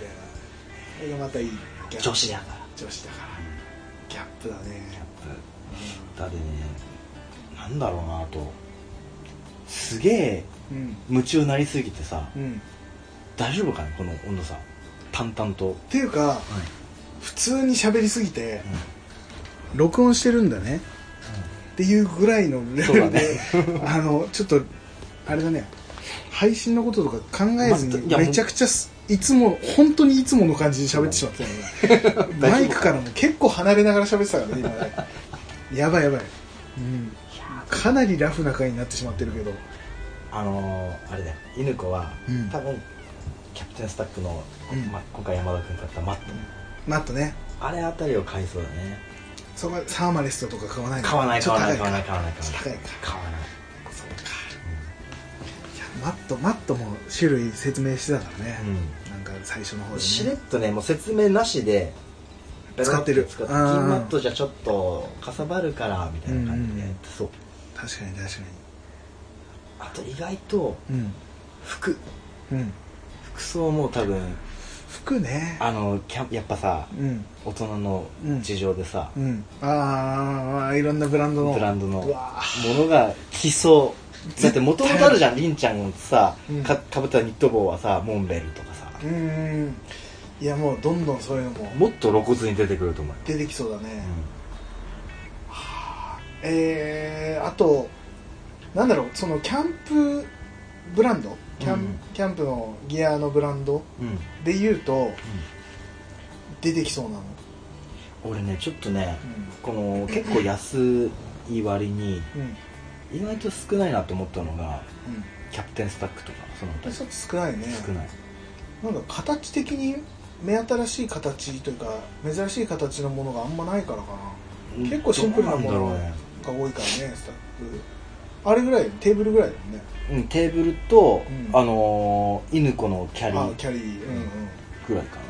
S1: それがまたいいギャップ
S2: 女子だから
S1: 女子だからギャップだね
S2: だってねなんだろうなあとすげえ
S1: うん
S2: 夢中になりすぎてさ
S1: うん、っ
S2: 大丈夫かなこの温度差淡々と、
S1: ていうか普通に喋りすぎて録音してるんだねっていうぐらいのレベルで、 あのちょっとあれだね配信のこととか考えず
S2: まあい
S1: に
S2: やもう
S1: めちゃくちゃすいつも本当にいつもの感じで喋ってしまってた のねマイクからも結構離れながら喋ってたからね今ね やばいやばい、うん、かなりラフな回になってしまってるけど
S2: あのー、あれだよ犬子は、
S1: うん
S2: 多分キャプテンスタックの、
S1: うん
S2: ま、今回山田君買ったマット、
S1: マットね
S2: あれあたりを買いそうだね
S1: そこサーマレストとか買わないの
S2: 買わない
S1: ち
S2: 買
S1: ょっ
S2: わ
S1: と高
S2: ない
S1: い
S2: 買わない買わない
S1: ちょっと
S2: 買
S1: 高い
S2: わない
S1: か
S2: 買わない
S1: そうかいやマットマットも種類説明してたからね、なんか最初の方
S2: う
S1: で、
S2: ん
S1: ね、
S2: しれっとねもう説明なしで
S1: 使ってる
S2: 使って
S1: うんうん
S2: 金マットじゃちょっとかさばるからみたいな感じで、
S1: うんうん
S2: そう
S1: 確かに確か
S2: あと意外と
S1: にうん
S2: 服
S1: うん
S2: 服装も多分
S1: 服ね
S2: あのキャンやっぱさ
S1: うん
S2: 大人の事情でさ、
S1: うんああいろんなブランドの
S2: ブランドの
S1: うわ
S2: ものが来そうだって元々あるじゃんりんちゃんのさ
S1: うん
S2: かかぶったニット帽はさモンベルとかさ
S1: ーうーんいやもうどんどんそういうのも
S2: もっと露骨に出てくると思うよ、
S1: 出てきそうだね、
S2: う
S1: えー、あとなんだろうそのキャンプブランドキャン,、
S2: うん
S1: キャンプのギアのブランド
S2: んうん
S1: でいうと出てきそうなの、
S2: 俺ねちょっとねこの結構安い割に
S1: うんうん
S2: 意外と少ないなと思ったのが
S1: うん
S2: キャプテンスタックとかその
S1: これ
S2: 辺
S1: ちょっと少ないね
S2: り少ない
S1: なんか形的に目新しい形というか珍しい形のものがあんまないからかな結構シンプルなもの
S2: どうなんだろうね
S1: が多いからねスタッフあれぐらいテーブルぐらいだもんね
S2: うん、テーブルと、
S1: うん
S2: あのー、犬子のキャリ
S1: あ
S2: ー
S1: キャリー、うんうん、
S2: ぐらいかな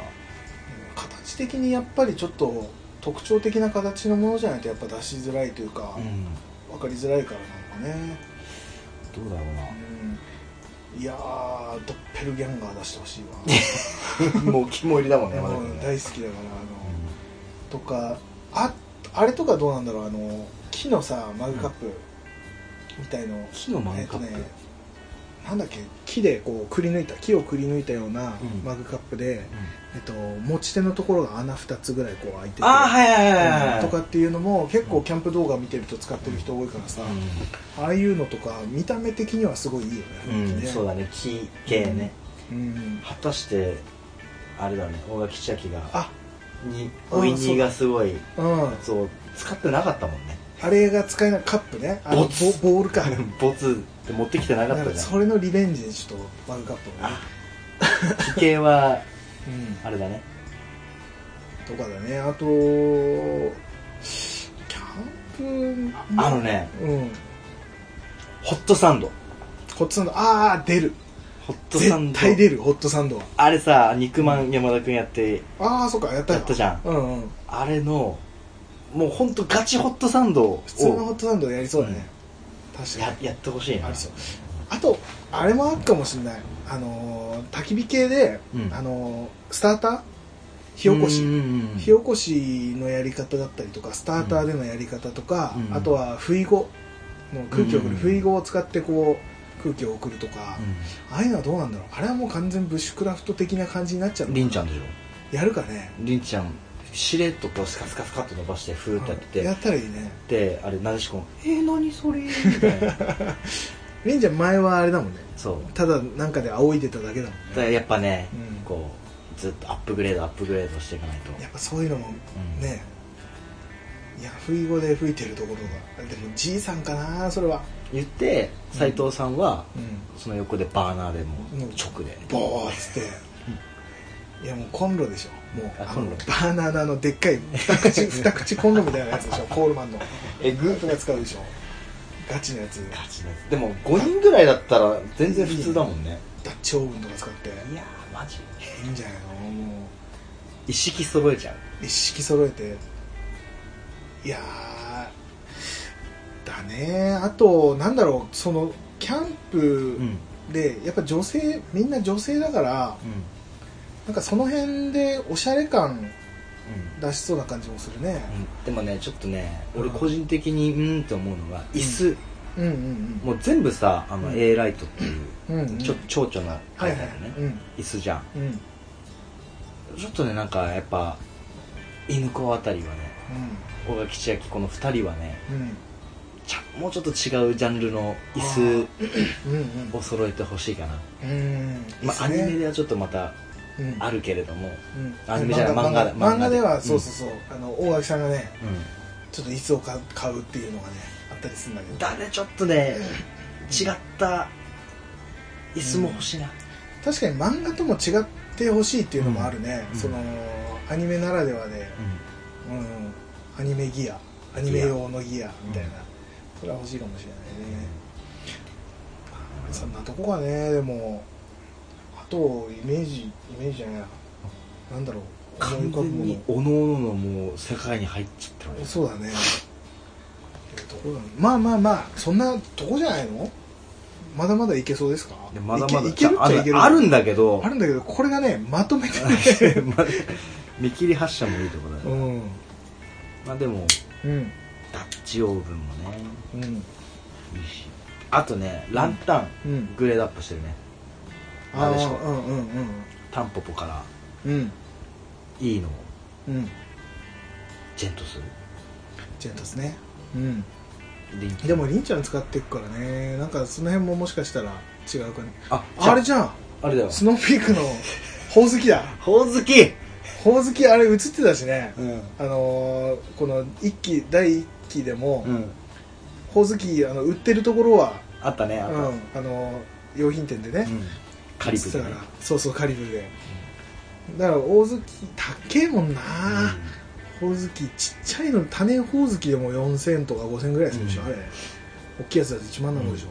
S1: 形的にやっぱりちょっと特徴的な形のものじゃないとやっぱ出しづらいというか、
S2: うん
S1: 分かりづらいからなのかね、
S2: どうだろ
S1: うん、いやードッペルギャンガー出してほしいう
S2: なもう肝入りだもんね
S1: わ、
S2: 山田
S1: う
S2: 君
S1: ん、
S2: ね
S1: 大好きだからあの、とかああれとかどうなんだろうあの木のさマグカップみたいの、
S2: 木のマグカップ、
S1: えっとねなんだっけ木でこうくり抜いた木をくり抜いたような
S2: うん
S1: マグカップで、
S2: うん
S1: えっと、持ち手のところが穴2つぐらいこう開いてて
S2: ああはいはいはいはい、
S1: とかっていうのも結
S2: う
S1: 構
S2: ん
S1: キャンプ動画見てると使ってる人多いからさ、ああいうのとか見た目的にはすごいいいよ
S2: うん、
S1: ね、
S2: うんそうだね木系ね、
S1: うん
S2: 果たしてあれだね大垣千秋が
S1: あ
S2: に
S1: あ
S2: おいにがすごい
S1: うん
S2: やつを使ってなかったもんね
S1: あれが使えないカップねあの
S2: ボツ
S1: ボボール か
S2: ボツって持ってきてなかったじゃん
S1: それのリベンジでちょっとマグカップをね
S2: あ木系は
S1: うん
S2: あれだね
S1: とかだねあとキャンプ
S2: あのね
S1: うん
S2: ホットサンド
S1: ホットサンドああ出る
S2: ホットサン
S1: 絶
S2: ド
S1: 対出るホットサンドは
S2: あれさ肉まん山田君やって
S1: ああそっかやったよ
S2: やったじゃん
S1: うんうん
S2: あれのもうほんとガチホットサンドを
S1: 普通のホットサンドやりそうだね、確か
S2: や
S1: に
S2: やってほしいな
S1: ありそうあとあれもあるかもしれないあのー焚き火系で、
S2: うん
S1: あのースターター火起こし
S2: うんうんうん
S1: 火起こしのやり方だったりとかスターターでのやり方とか、
S2: うん
S1: あとは不意語の空気を送
S2: うん
S1: る不意語を使ってこう空気を送るとか、ああいうのはどうなんだろうあれはもう完全ブッシュクラフト的な感じになっちゃう
S2: うん
S1: の
S2: りんちゃんでしょ
S1: やるかね
S2: りんちゃんしれっとこうスカスカスカっと伸ばしてふーってやってて、
S1: やったらいいね
S2: であれなでしこも「えー、何それ?」みたいな
S1: りんちゃん前はあれだもんね
S2: そう
S1: ただなんかで仰いでただけだもん
S2: だ
S1: ね
S2: からやっぱね、
S1: うん
S2: こうずっとアップグレードアップグレードしていかないと
S1: やっぱそういうのも
S2: うん
S1: ね、いや不意語で吹いてるところがでもじいさんかなそれは
S2: 言って斎藤さんは、
S1: うん
S2: その横でバーナーでも
S1: う
S2: う
S1: ん
S2: 直で、
S1: ボーっつって、いやもうコンロでしょもう
S2: あ
S1: あ
S2: コ
S1: の
S2: ンロ
S1: バーナーのあのでっかい二口 二口コンロみたいなやつでしょコールマンの
S2: えぐ
S1: とか使うでしょガチのやつ
S2: ガチだでも5人ぐらいだったら全然普通だもんね
S1: ダッチオーブンとか使って
S2: いやーマジ
S1: いいんじゃないのもう
S2: 一式揃えちゃう
S1: 一式揃えていやーだねあとなんだろうそのキャンプ
S2: うん
S1: でやっぱ女性みんな女性だからなんかその辺でおしゃれ感出しそうな感じもするね
S2: うんでもねちょっとね俺個人的にうんって思うのが椅子、
S1: うんうん
S2: もう全部さあの
S1: うん
S2: A ライトっていう、
S1: うんうん
S2: ちょ蝶々が
S1: は
S2: 書い
S1: い
S2: て
S1: は
S2: あ
S1: い
S2: るね、
S1: うん
S2: 椅子じゃん
S1: うんうん
S2: ちょっとねなんかやっぱ犬子あたりはね小垣千秋この2人はねちゃもうちょっと違うジャンルの椅
S1: うんうん
S2: 子を揃えてほしいかな、
S1: うん
S2: まあ、アニメ
S1: で
S2: ではちょっとまたあるけれども、ア
S1: ア
S2: ニ
S1: ニメ
S2: メじ
S1: じ
S2: ゃ
S1: ゃ
S2: ない
S1: 漫
S2: 漫
S1: 画
S2: 画
S1: 漫
S2: だ漫画
S1: 画
S2: で
S1: ではそうそうそうあの大垣さんがね
S2: う
S1: ちょっと椅子をか買うっていうのがねあったりするんだけど
S2: ん、だねちょっとね違った椅子も欲しいな、
S1: 確かに漫画とも違ってほしいっていうのもあるね、
S2: うん
S1: そのアニメならではで、うん、アニメギアアニメ用のギアみたいな、それは欲しいかもしれないね、そんなとこがねでもあとイメージイメージじゃないななんだろう思い浮
S2: 完
S1: かぶ
S2: 全
S1: も
S2: におのおののもう世界に入っちゃってるわけ
S1: のそうだねっていうとこだねまあまあまあそんなとこじゃないのまだまだいけそうですか
S2: でまだまだ
S1: いけいけるっちゃいける
S2: ああるんだけど
S1: あるんだけどこれがねまとめて ね
S2: まあ見切り発車もいいところだね、
S1: うん
S2: まあでも
S1: うん
S2: ダッチオーブンもね
S1: うん
S2: いいしあとねランタン、
S1: うん
S2: グレードアップしてるね
S1: あ
S2: あ
S1: あ
S2: れでしょ
S1: うんうん
S2: タンポポから
S1: うんうん
S2: いいのを
S1: うん
S2: ジェントする
S1: ジェントスねうん
S2: リン
S1: でもりんちゃん使ってくからねなんかその辺ももしかしたら違うかね
S2: あ
S1: あれ
S2: じ
S1: じゃん
S2: ゃあれだよ
S1: スノーピークのほおずきだ
S2: ほおずき
S1: ほおずきあれ映ってたしね、
S2: うん
S1: あのーこの一期第一期でも、
S2: うん
S1: ほおずきあの売ってるところは、
S2: あったね
S1: うん
S2: あった、
S1: あのー用品店でね、
S2: うんカリブ
S1: だ
S2: だ
S1: か
S2: ね
S1: らそうそうカリブで、だからほおずき高えもんな、ほおずきちっちゃいの種ほおずきでも4000とか5000ぐらいするでしょ、
S2: うん
S1: あれ大きいやつだと1万なのでしょ、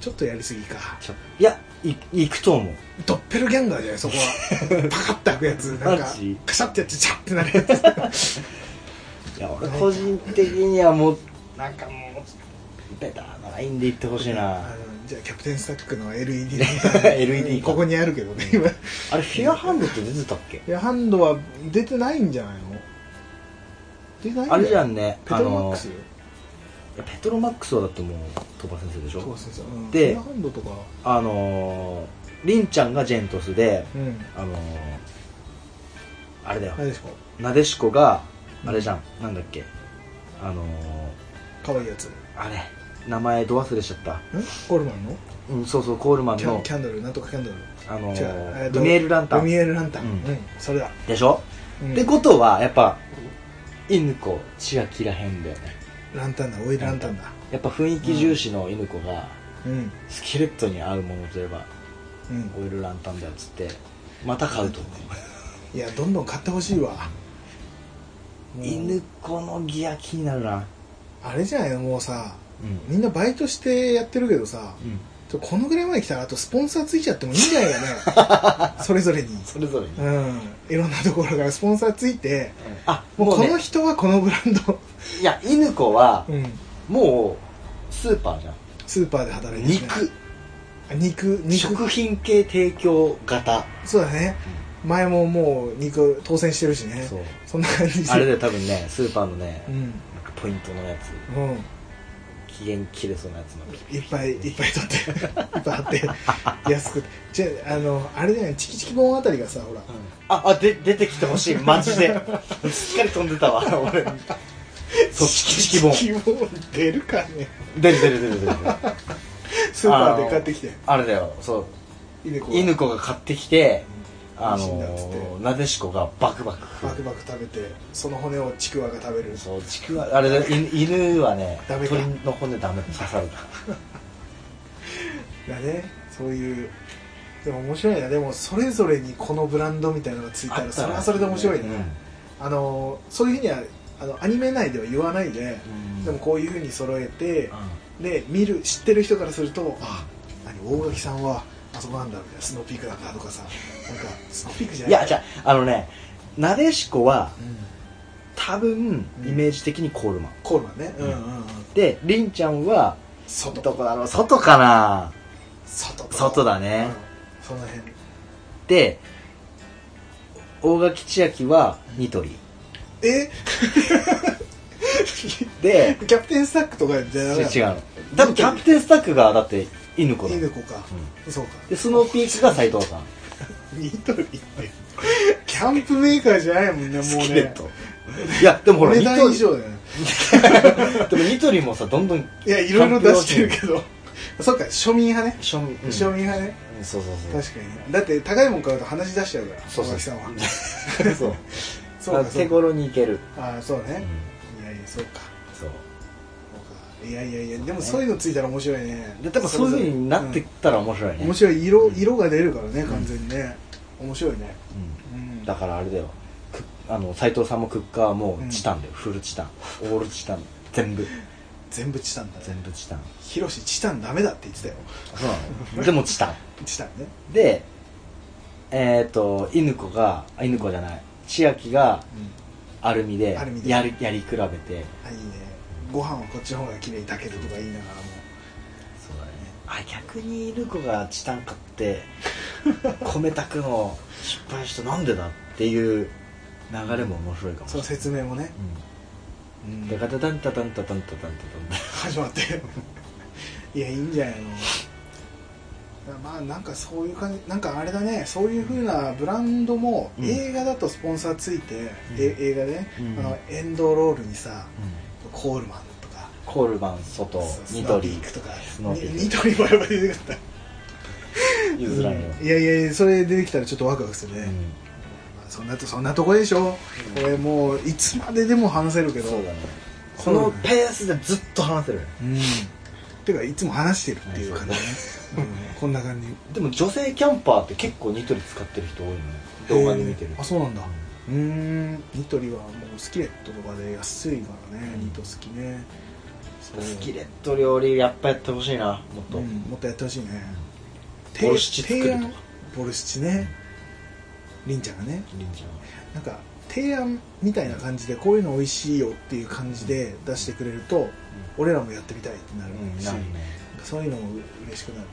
S1: ちょっとやりすぎか
S2: ちょいやい行くと思う
S1: ドッペルギャンガーじゃないそこ はパカッて開くやつなんか
S2: マジ
S1: カシャッてやってチャッてなるや つ
S2: いや俺個人的にはもうなんかもうベターなラインで行ってほしい
S1: あ
S2: な
S1: のじゃあキャプテンスタックの LED の
S2: LED か
S1: ここにあるけどね今い
S2: あれフィアハンドって出てたっけ
S1: やハンドは出てないんじゃないの出てないん
S2: あれじゃ
S1: ん
S2: んね
S1: ペトロマックス
S2: あのペトロマックスはだってもう鳥羽先生でし
S1: そう
S2: ょ
S1: そうそううん
S2: で
S1: フィアハンドとか
S2: あのー、りんちゃんがジェントスで
S1: うん
S2: あのー、あれだよ
S1: あれでしょ
S2: なでしこが
S1: うん
S2: あれじゃん、なんだっけあのー、
S1: 可愛いやつん
S2: あれ名前ど忘れしちゃった
S1: コールマンの
S2: うんそうそうコールマン
S1: キャ
S2: の
S1: ンキャンドルなんとかキャンドル
S2: あの
S1: 違うえ
S2: ー
S1: っと
S2: ルミエールランタ
S1: ルミ
S2: ン
S1: エールランタン
S2: うん
S1: うんそれだ
S2: でしょ、
S1: うん
S2: ってことはやっぱ犬子千秋らへんだよね
S1: ランタンだオイルランタンだ
S2: やっぱ雰囲気重視の犬子が
S1: うん
S2: スキレットに合うものといえば
S1: うん
S2: オイルランタンだよっつってまた買うと思
S1: いやどんどん買ってほしいわ
S2: う
S1: もう
S2: 犬子のギア気になるな
S1: あれじゃないのもうさ
S2: うん
S1: みんなバイトしてやってるけどさ
S2: うん
S1: ちょこのぐらいまで来たらあとスポンサーついちゃってもいいんじゃないか ねそれぞれに
S2: それぞれに、
S1: うんいろんなところからスポンサーついて
S2: あ
S1: も
S2: も
S1: う
S2: う
S1: こ
S2: ね
S1: の人はこのブランド、
S2: いや犬子は
S1: うん
S2: もうスーパーじゃん
S1: スーパーで働いてるね
S2: 肉
S1: あ肉肉
S2: 食品系提供型
S1: そうだね前ももう肉当選してるしね
S2: そう
S1: そんな感じで
S2: あれだよ多分ねスーパーのね
S1: うん
S2: なんかポイントのやつ
S1: うん
S2: 期限切れそうなやつのピ
S1: いっぱいいっぱい取って いっぱい貼って安くじゃあのあれじゃないチキチキボンあたりがさほら
S2: ああで出てきてほ しいマジですっかり飛んでたわ 俺そうチキチキボン
S1: チキボン出るかね
S2: 出る出る出る出る
S1: スーパーで買ってきて
S2: あれだよそう
S1: 犬子
S2: 犬子が買ってきてあ
S1: 美味しいんだっつって
S2: のなでしこがバクバク食う
S1: バクバク食べてその骨をちくわが食べる
S2: そうちくわあれだよい犬はね
S1: ダメか
S2: 鳥の骨ダメ刺さるから
S1: だねそういうでも面白いなでもそれぞれにこのブランドみたいなのがついたらそれはそれで面白いね、あのそういうふうにはあのアニメ内では言わないで、
S2: うん
S1: でもこういうふうに揃えて
S2: うん、
S1: で見る知ってる人からするとあ何大垣さんはあそこなんだみたいなスノーピークなんだとかさなんかスノーピークじゃ
S2: い
S1: ない
S2: やじゃああのねなでしこは
S1: うん、
S2: 多分イメージ的にコールマン
S1: コールマンねうんうんうん
S2: でりんちゃんは
S1: 外
S2: どこだろう外かな
S1: 外と
S2: 外だね
S1: うんその辺
S2: で大垣千秋はニトリ
S1: え
S2: で
S1: キャプテンスタックとかじゃなかった
S2: 違うの多分キャプテンスタックがだって犬子だ
S1: 犬子か、そうか
S2: でスノーピークが斎藤さん
S1: ニトリってキャンプメーカーじゃないもんねもう
S2: スキレッ
S1: ね
S2: トいやでもほ
S1: お
S2: ら
S1: 値
S2: ニ
S1: 段
S2: ト
S1: 以
S2: リ
S1: 上だよね
S2: でもニトリもさどんどん
S1: いやいろいろ出してるけど そっか庶民派ね、
S2: 庶民、うん
S1: 庶民派ね
S2: うんそうそうそう
S1: 確かにねだって高いもん買うと話し出しちゃうから
S2: そう
S1: 大
S2: そう
S1: 垣さんは
S2: そう
S1: そうか
S2: まあ手
S1: そう
S2: 頃にいける、
S1: かああそう
S2: うん
S1: ね、いやいやそうか
S2: そ
S1: そう
S2: う
S1: かいやいやいやでもそういうのついたら面白いね
S2: で多分そういう風になってったら面白いね、
S1: 面白い色色が出るからね完全にね、面白いね
S2: うん
S1: うん
S2: だからあれだよくあの斉藤さんもクッカーはもうチタンだよ、フルチタンオールチタン全部
S1: 全部チタンだね
S2: 全部チタン
S1: ヒロシチタンダメだって言ってたよ
S2: そうなのでもチタ
S1: チタンね
S2: ンでえっ、と犬子があ犬子じゃない千秋が
S1: うん
S2: アルミで
S1: アルミで
S2: やりやり比べて
S1: あいいねご飯はこっちの方が綺麗だけどとか言いながらも
S2: そうだねあ逆に犬子がチタン買って 米炊くの失敗したなんでだっていう流れも面白いかもし
S1: その
S2: れない
S1: 説明もね、
S2: うんでガタタンタタンタタンタタンタタン
S1: 始まっていやいいんじゃないのまあなんかそういう感じなんかあれだねそういう風なブランドも
S2: うん
S1: 映画だとスポンサーついて、
S2: うん
S1: え映画でね、
S2: うん
S1: あのエンドロールにさコールマンとか
S2: コールマン外
S1: ス
S2: ニ
S1: ス
S2: ト
S1: ノーピ
S2: リ
S1: ークとか
S2: スノーピーク
S1: ニニトリもやっぱり出てくる
S2: 譲らんよ、
S1: いやいやいやそれ出てきたらちょっとワクワクするね、まあそんなとそんなとこでしょ、これもういつまででも話せるけど
S2: そうだねこのペースでずっと話せる
S1: うんてかいつも話してるっていう感じね、うんこんな感じ
S2: でも女性キャンパーって結構ニトリ使ってる人多いのね動画で見てる
S1: へーあそうなんだうーんニトリはもうスキレットとかで安いからね、
S2: うん
S1: ニトスキね
S2: スキレット料理やっぱやってほしいなもっと、
S1: うんもっとやってほしいね
S2: ボルシチ作るとか
S1: 提案ボルシチねりんちゃんがね
S2: りんちゃん
S1: なんか提案みたいな感じでこういうの美味しいよっていう感じで出してくれると、俺らもやってみたいってなるし、
S2: なるね
S1: そういうのも嬉しくなるね、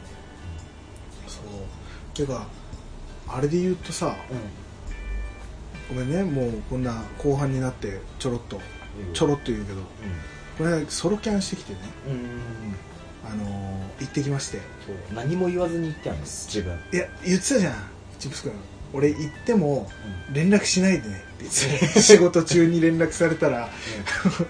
S1: そうていうかあれで言うとさごめんねもうこんな後半になってちょろっと
S2: うん
S1: ちょろっと言うけどこれソロキャンしてきてね
S2: うん、うん、
S1: あのー行ってきまして
S2: そう何も言わずに言ったんです自分、
S1: いや言ってたじゃんチップス君俺行っても連絡しないでねって言って た仕事中に連絡されたら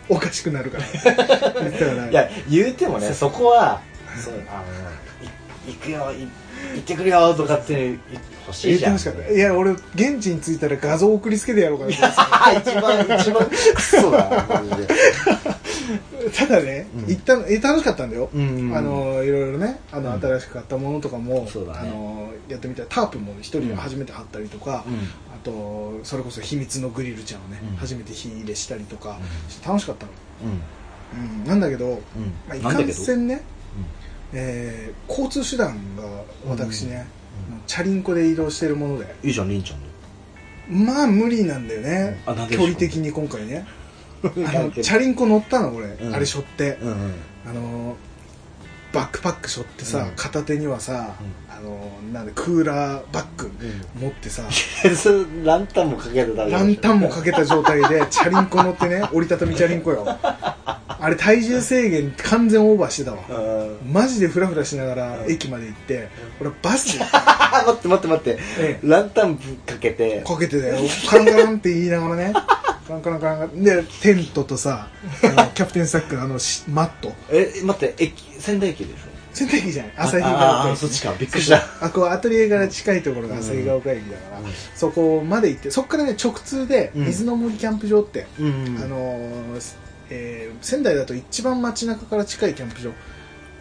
S1: おかしくなるから言ってたから
S2: いや言うてもねそこは
S1: そ
S2: そううあのい行くよい行ってくるよとかって欲し
S1: 言
S2: い
S1: っ
S2: じ
S1: て
S2: ゃん
S1: ましたからいや俺現地に着いたら画像送りつけてやろうかなと思って
S2: あ一番一番クソだマジで
S1: ただね、
S2: うん
S1: 行ったのえ楽しかったんだよ、
S2: うん
S1: あのいろいろねあの、
S2: うん
S1: 新しく買ったものとかも、
S2: そうだね
S1: あのやってみたいタープも一人で初めて貼ったりとか、
S2: うんうん
S1: あとそれこそ秘密のグリルちゃんをね、
S2: うん
S1: 初めて火入れしたりとか、
S2: うん
S1: ちょっと楽しかったの、
S2: うん
S1: うん、なんだけど、まあ、
S2: うん
S1: い
S2: なん
S1: か
S2: だ
S1: ん
S2: けど
S1: せんね、えー交通手段が私ね、
S2: うん
S1: チャリンコで移動してるもので
S2: いいじゃんりんちゃんで
S1: まあ無理なんだよね、
S2: うんあなんで
S1: 距離的に今回ねあ
S2: なん
S1: の
S2: で
S1: チャリンコ乗ったの俺、
S2: うん
S1: あれ背負って、
S2: うんうん
S1: あのーバックパック背負ってさ、
S2: うん
S1: 片手にはさ、
S2: う
S1: あのーなんでクーラーバッグ
S2: う
S1: 持ってさ、
S2: えそれランタンもかけてた
S1: ランタンもか
S2: け
S1: けた状態でチャリンコ乗ってね折りたたみチャリンコよあれ体重制限完全オーバーしてたわ
S2: うん
S1: マジでフラフラしながら
S2: うん
S1: 駅まで行って、俺バスで
S2: あ待って待って待って、
S1: え
S2: ランタンかけて
S1: かけてたよカランカランって言いながらねカランカランカランカランでテントとさあ のキャプテンサックのあのしマット
S2: え待って駅仙台駅でしょ
S1: 洗濯機じゃない朝日が
S2: あああそっちかびっくりした
S1: あこうアトリエから近いところが旭川岡駅だから、
S2: うん
S1: そこまで行ってそこからね直通で
S2: うん
S1: 水の森キャンプ場って、
S2: うん
S1: あのーえー仙台だと一番街中から近いキャンプ場、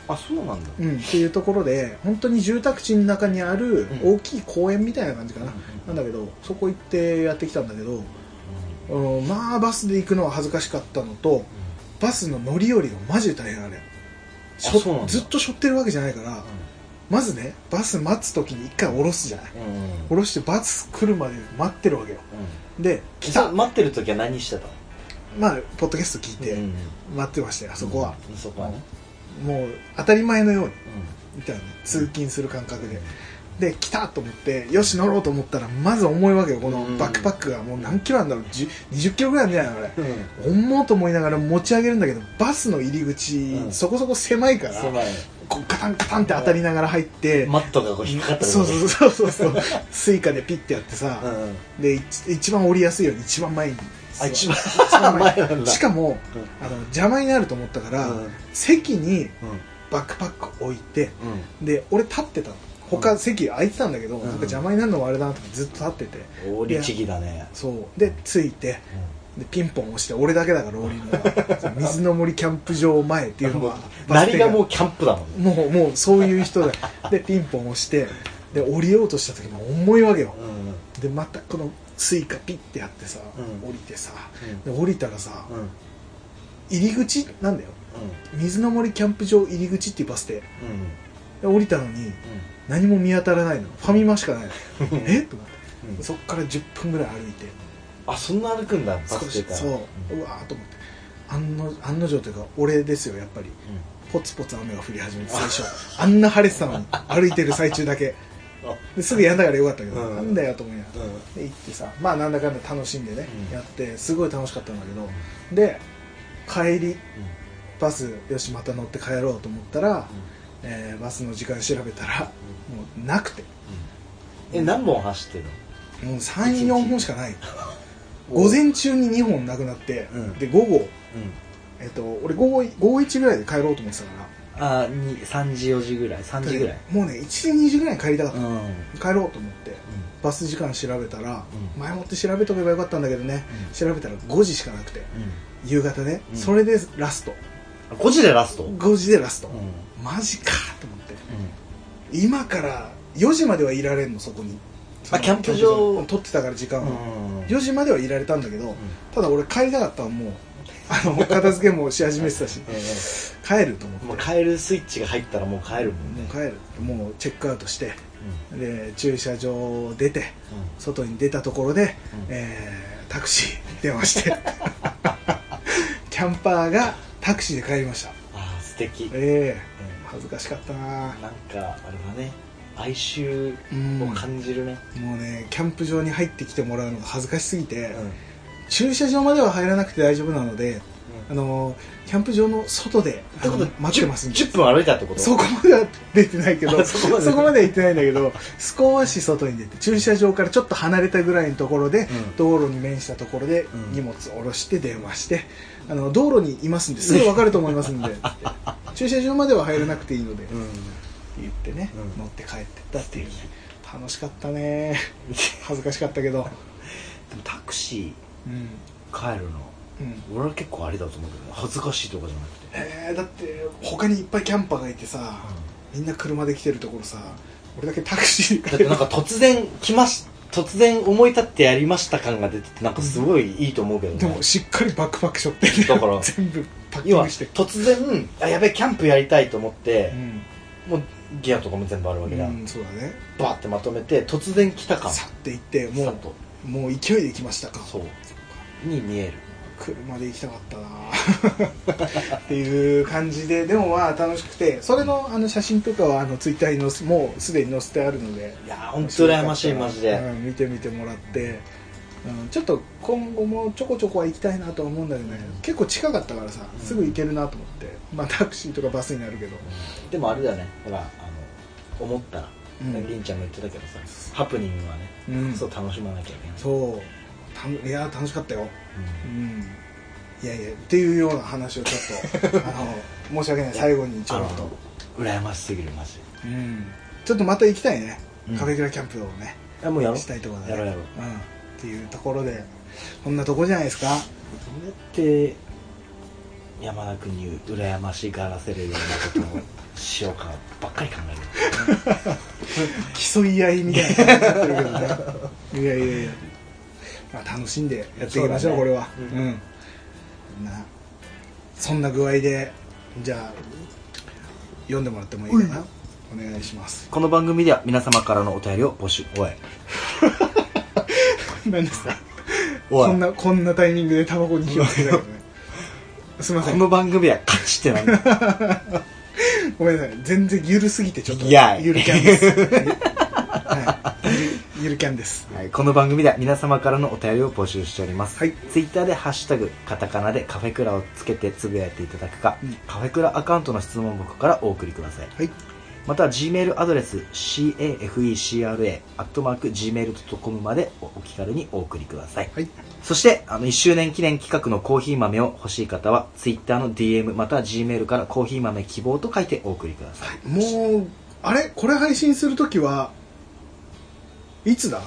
S2: あそうなんだ
S1: うんっていうところで本当に住宅地の中にある
S2: うん
S1: 大きい公園みたいな感じかな、
S2: うん
S1: なんだけどそこ行ってやってきたんだけど、あのまあバスで行くのは恥ずかしかったのとバスの乗り降りがマジで大変あれしょ
S2: そうなんだ
S1: ずっと背負ってるわけじゃないから、まずねバス待つ時に一回降ろすじゃない
S2: うんうん
S1: 下ろしてバス来るまで待ってるわけよで来
S2: さ
S1: た
S2: 待ってる時は何してたの
S1: まあポッドキャスト聞い
S2: うん
S1: て待ってましたよ、あそこは、
S2: うんそこはね
S1: もう当たり前のようにみたいな通勤する感覚でで来たと思ってよし乗ろうと思ったらまず重いわけよこの
S2: うん
S1: バックパックがもう何キロなんだろう10 20キロぐらいなんじゃないのあれ
S2: うん
S1: 重いと思いながら持ち上げるんだけどバスの入り口、
S2: うん
S1: そこそこ狭いから
S2: 狭い
S1: こうガタンガタンって当たりながら入って、
S2: マットがこう引っかかってる
S1: そうそうそうそうそうスイカでピッてやってさ、
S2: うんうん
S1: でいち一番降りやすいように一番前に
S2: あ一番
S1: 一番前
S2: 前なん だ
S1: しかも
S2: うん
S1: あの邪魔になると思ったから、
S2: うん
S1: 席に
S2: うん
S1: バックパック置いて
S2: うん
S1: で俺立ってたの他、
S2: うん
S1: 席空いてたんだけど、
S2: うん
S1: なんか邪魔になるのもあれだなと思ってずっと立ってて
S2: 大律儀だね
S1: そうで着いてでピンポン押して俺だけだから降りるのが そう水の森キャンプ場前っていうのは
S2: なりがも
S1: う
S2: うキャンプだもんね
S1: もうもうそういう人だでピンポン押してで降りようとした時も重いわけよ
S2: うん
S1: でまたこのスイカピッてやってさ、
S2: うん
S1: 降りてさ
S2: うん
S1: で降りたらさ、
S2: うんうん
S1: 入り口なんだよ水の森キャンプ場入り口っていうバス停
S2: うん
S1: で降りたのに何も見当たらないのファミマしか ないのえっと思って
S2: うんうん
S1: そっから10分ぐらい歩いて
S2: あそんな歩くんだバ
S1: 少
S2: ス
S1: し
S2: 停から
S1: そううわーと思って案の案の定というか俺ですよやっぱりポツポツ雨が降り始めて最 初あんな晴れてたのに歩いてる最中だけですぐやんだからよかったけど、
S2: うん
S1: なんだよと思いながら
S2: うんうん
S1: で行ってさまあなんだかんだ楽しんでね、
S2: うん
S1: やってすごい楽しかったんだけどで帰りバスよしまた乗って帰ろうと思ったら、えーバスの時間調べたらもうなくて
S2: え何本走ってるの
S1: もう34
S2: 一日
S1: 本しかない午前中に2本なくなって、
S2: うん
S1: で午後、
S2: うん
S1: えっと俺午後午後1ぐらいで帰ろうと思ってたから
S2: あに3時4時ぐらい3時ぐらい
S1: もうね1時2時ぐらいに帰りたかっ
S2: う
S1: た、
S2: んうん
S1: 帰ろうと思ってバス時間調べたら、
S2: うん
S1: 前もって調べとけばよかったんだけどね、
S2: うん
S1: 調べたら5時しかなくて
S2: う
S1: 夕方ね、
S2: うん
S1: それでラスト
S2: ん5時でラストうん
S1: 5時でラスト、
S2: うん
S1: マジかと思って今から4時まではいられんのそこに
S2: あキャンプ場
S1: 取ってたから時間
S2: う
S1: は、
S2: ん
S1: 4時まではいられたんだけど、
S2: う
S1: ただ俺帰りたかったのはもうあの片付けもし始めてたし
S2: え
S1: 帰ると思っ
S2: え
S1: て
S2: も
S1: も
S2: う帰るスイッチが入ったらもう帰るもんね
S1: う帰るもうチェックアウトしてで駐車場を出て
S2: うんうん
S1: 外に出たところで、
S2: うん
S1: えータクシー電話して キャンパーがタクシーで帰りました
S2: ああ素敵、え
S1: ええ
S2: え
S1: 恥ずかしかったな
S2: なんかあれはね哀愁
S1: うん
S2: を
S1: も
S2: 感じるね、
S1: うねキャンプ場に入ってきてもらうのが恥ずかしすぎて、
S2: うん
S1: 駐車場までは入らなくて大丈夫なのであ
S2: うん
S1: のキャンプ場の外であ
S2: てこ
S1: の
S2: と
S1: 待ってますんで
S2: 10, 分歩いたってこと
S1: そこまでは出てないけど
S2: あ そこまで
S1: そこまでは行ってないんだけど少し外に出て駐車場からちょっと離れたぐらいのところで、
S2: うん
S1: 道路に面したところで
S2: うん
S1: 荷物下ろして電話して、あの道路にいますんですぐ分かると思いますん でって駐車場までは入らなくていいので、
S2: うん
S1: 言ってね、
S2: うん
S1: 乗って帰ってったっていうね楽しかった ね恥ずかしかったけど
S2: でもタクシ
S1: うん、
S2: ー帰るの
S1: うん
S2: 俺は結構あれだと思うけどね恥ずかしいとかじゃなくて
S1: えーだって他にいっぱいキャンパーがいてさ、みんな車で来てるところさ俺だけタクシーで
S2: だっ
S1: 帰
S2: て
S1: る
S2: なんか突然来まし突然思い立ってやりました感が出ててなんかすごいいいと思うけどね
S1: でもしっかりバックパックしょって、
S2: だから
S1: 全部パッキ
S2: 要
S1: ン
S2: は
S1: グして
S2: 突然あやべえキャンプやりたいと思って
S1: う、ん、
S2: もうギアとかも全部あるわけだ、
S1: うんそうだね
S2: バーってまとめて突然来た感
S1: さって行って
S2: さ
S1: も
S2: っと
S1: うもう勢いで来ましたか
S2: そうに見える
S1: 車で行きたかったな っていう感じででもまあ楽しくてそれのあの写真とかはあのツイッターに載せもうすでに載せてあるので
S2: いやー本当羨ましいマジで、
S1: うん見てみてもらって、うん、ちょっと今後もちょこちょこは行きたいなとは思うんだけどね結構近かったからさ
S2: うん
S1: すぐ行けるなと思って、まあタクシーとかバスになるけど
S2: でもあれだよねほらあの思ったら、
S1: うん
S2: りんちゃんも言ってたけどさハプニングはね、
S1: うん
S2: そう楽しまなきゃいけない
S1: そうたいや楽しかったよう
S2: うん
S1: いやいやっていうような話をちょっ とあの申し訳ない最後にちょっと、
S2: ん羨ましすぎるマジで
S1: うん、ちょっとまた行きたいね、
S2: うん
S1: カフェキュラキャンプをね
S2: あもうやろう
S1: したいところだね
S2: やろうやろう
S1: うん、っていうところでこんなとこじゃないですか
S2: どうやって山田君に羨ましがらせるようなことをしようかばっかり考える
S1: 競い合いみたいな感じになってるけどねいやいやいや、まあ、楽しんでやっていきましょう
S2: そうだね
S1: これは
S2: う
S1: うんん、なそんな具合でじゃあ読んでもらってもいいかなお願いします
S2: この番組では皆様からのお便りを募集おい
S1: 何ですか
S2: おい
S1: こんなこんなタイミングでタバコに火をつけたけ どねすいませ
S2: こ
S1: ん
S2: の番組は勝ちってなんだ
S1: ごめんなさい全然ゆるすぎてちょっと
S2: いやい
S1: ゆるキャンです、 はい、ゆるゆるキャンです
S2: はい、この番組では皆様からのお便りを募集しております、
S1: はい
S2: ツイッターで「ハッシュタグカタカナ」でカフェクラをつけてつぶやいていただくか、
S1: うん
S2: カフェクラアカウントの質問箱からお送りください
S1: はい
S2: また Gmail アドレス cafecra.gmail.com までお気軽にお送りください
S1: はい
S2: そしてあの1周年記念企画のコーヒー豆を欲しい方は Twitter の DM または Gmail からコーヒー豆希望と書いてお送りください
S1: もうあれこれ配信するときはいつだ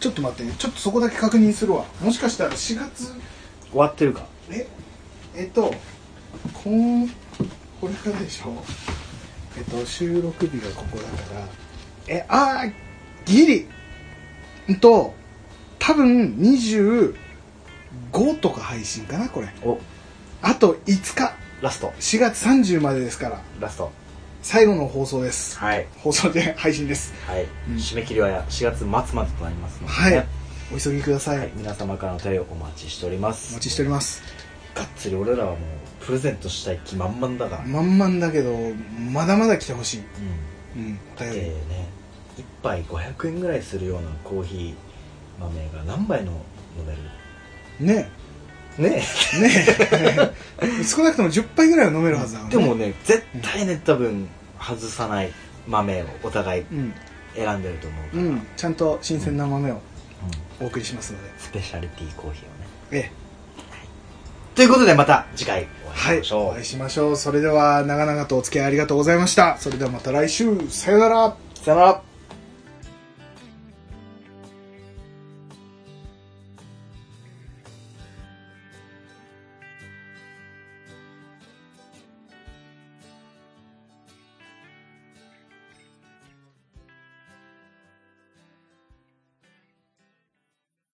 S1: ちょっと待ってねちょっとそこだけ確認するわもしかしたら4月
S2: 終わってるか
S1: ええっとこんこれからでしょえっと収録日がここだからえあーギリうんと多分25とか配信かなこれ
S2: お
S1: あと5日
S2: ラスト
S1: 4月30までですから
S2: ラスト
S1: 最後の放送です
S2: はい
S1: 放送で配信です
S2: はい、
S1: うん
S2: 締め切りは4月末までとなりますので、
S1: はい
S2: ね、
S1: お急ぎください、
S2: はい皆様からのお便りをお待ちしております
S1: お待ちしております
S2: がっつり俺らはもうプレゼントしたい気満々だから、うん
S1: まんまんだけどまだまだ来てほしい、うん、お
S2: で
S1: 便り、
S2: ね1杯500円ぐらいするようなコーヒー豆が何杯の飲め
S1: ね
S2: る
S1: え
S2: ね
S1: ね え少なくとも10杯ぐらいは飲めるはずだから
S2: で
S1: ね
S2: もね絶対ね多分外さない豆をお互い
S1: うん、
S2: 選んでると思うか
S1: う
S2: ら、うん
S1: ん、ちゃんと新鮮な豆をお送りしますので、
S2: スペシャリティコーヒーをね
S1: ええ
S2: ということでまた次回お
S1: は
S2: 会
S1: い
S2: いしましょう、
S1: お会いしましょうそれでは長々とお付き合いありがとうございましたそれではまた来週さよなら
S2: さよなら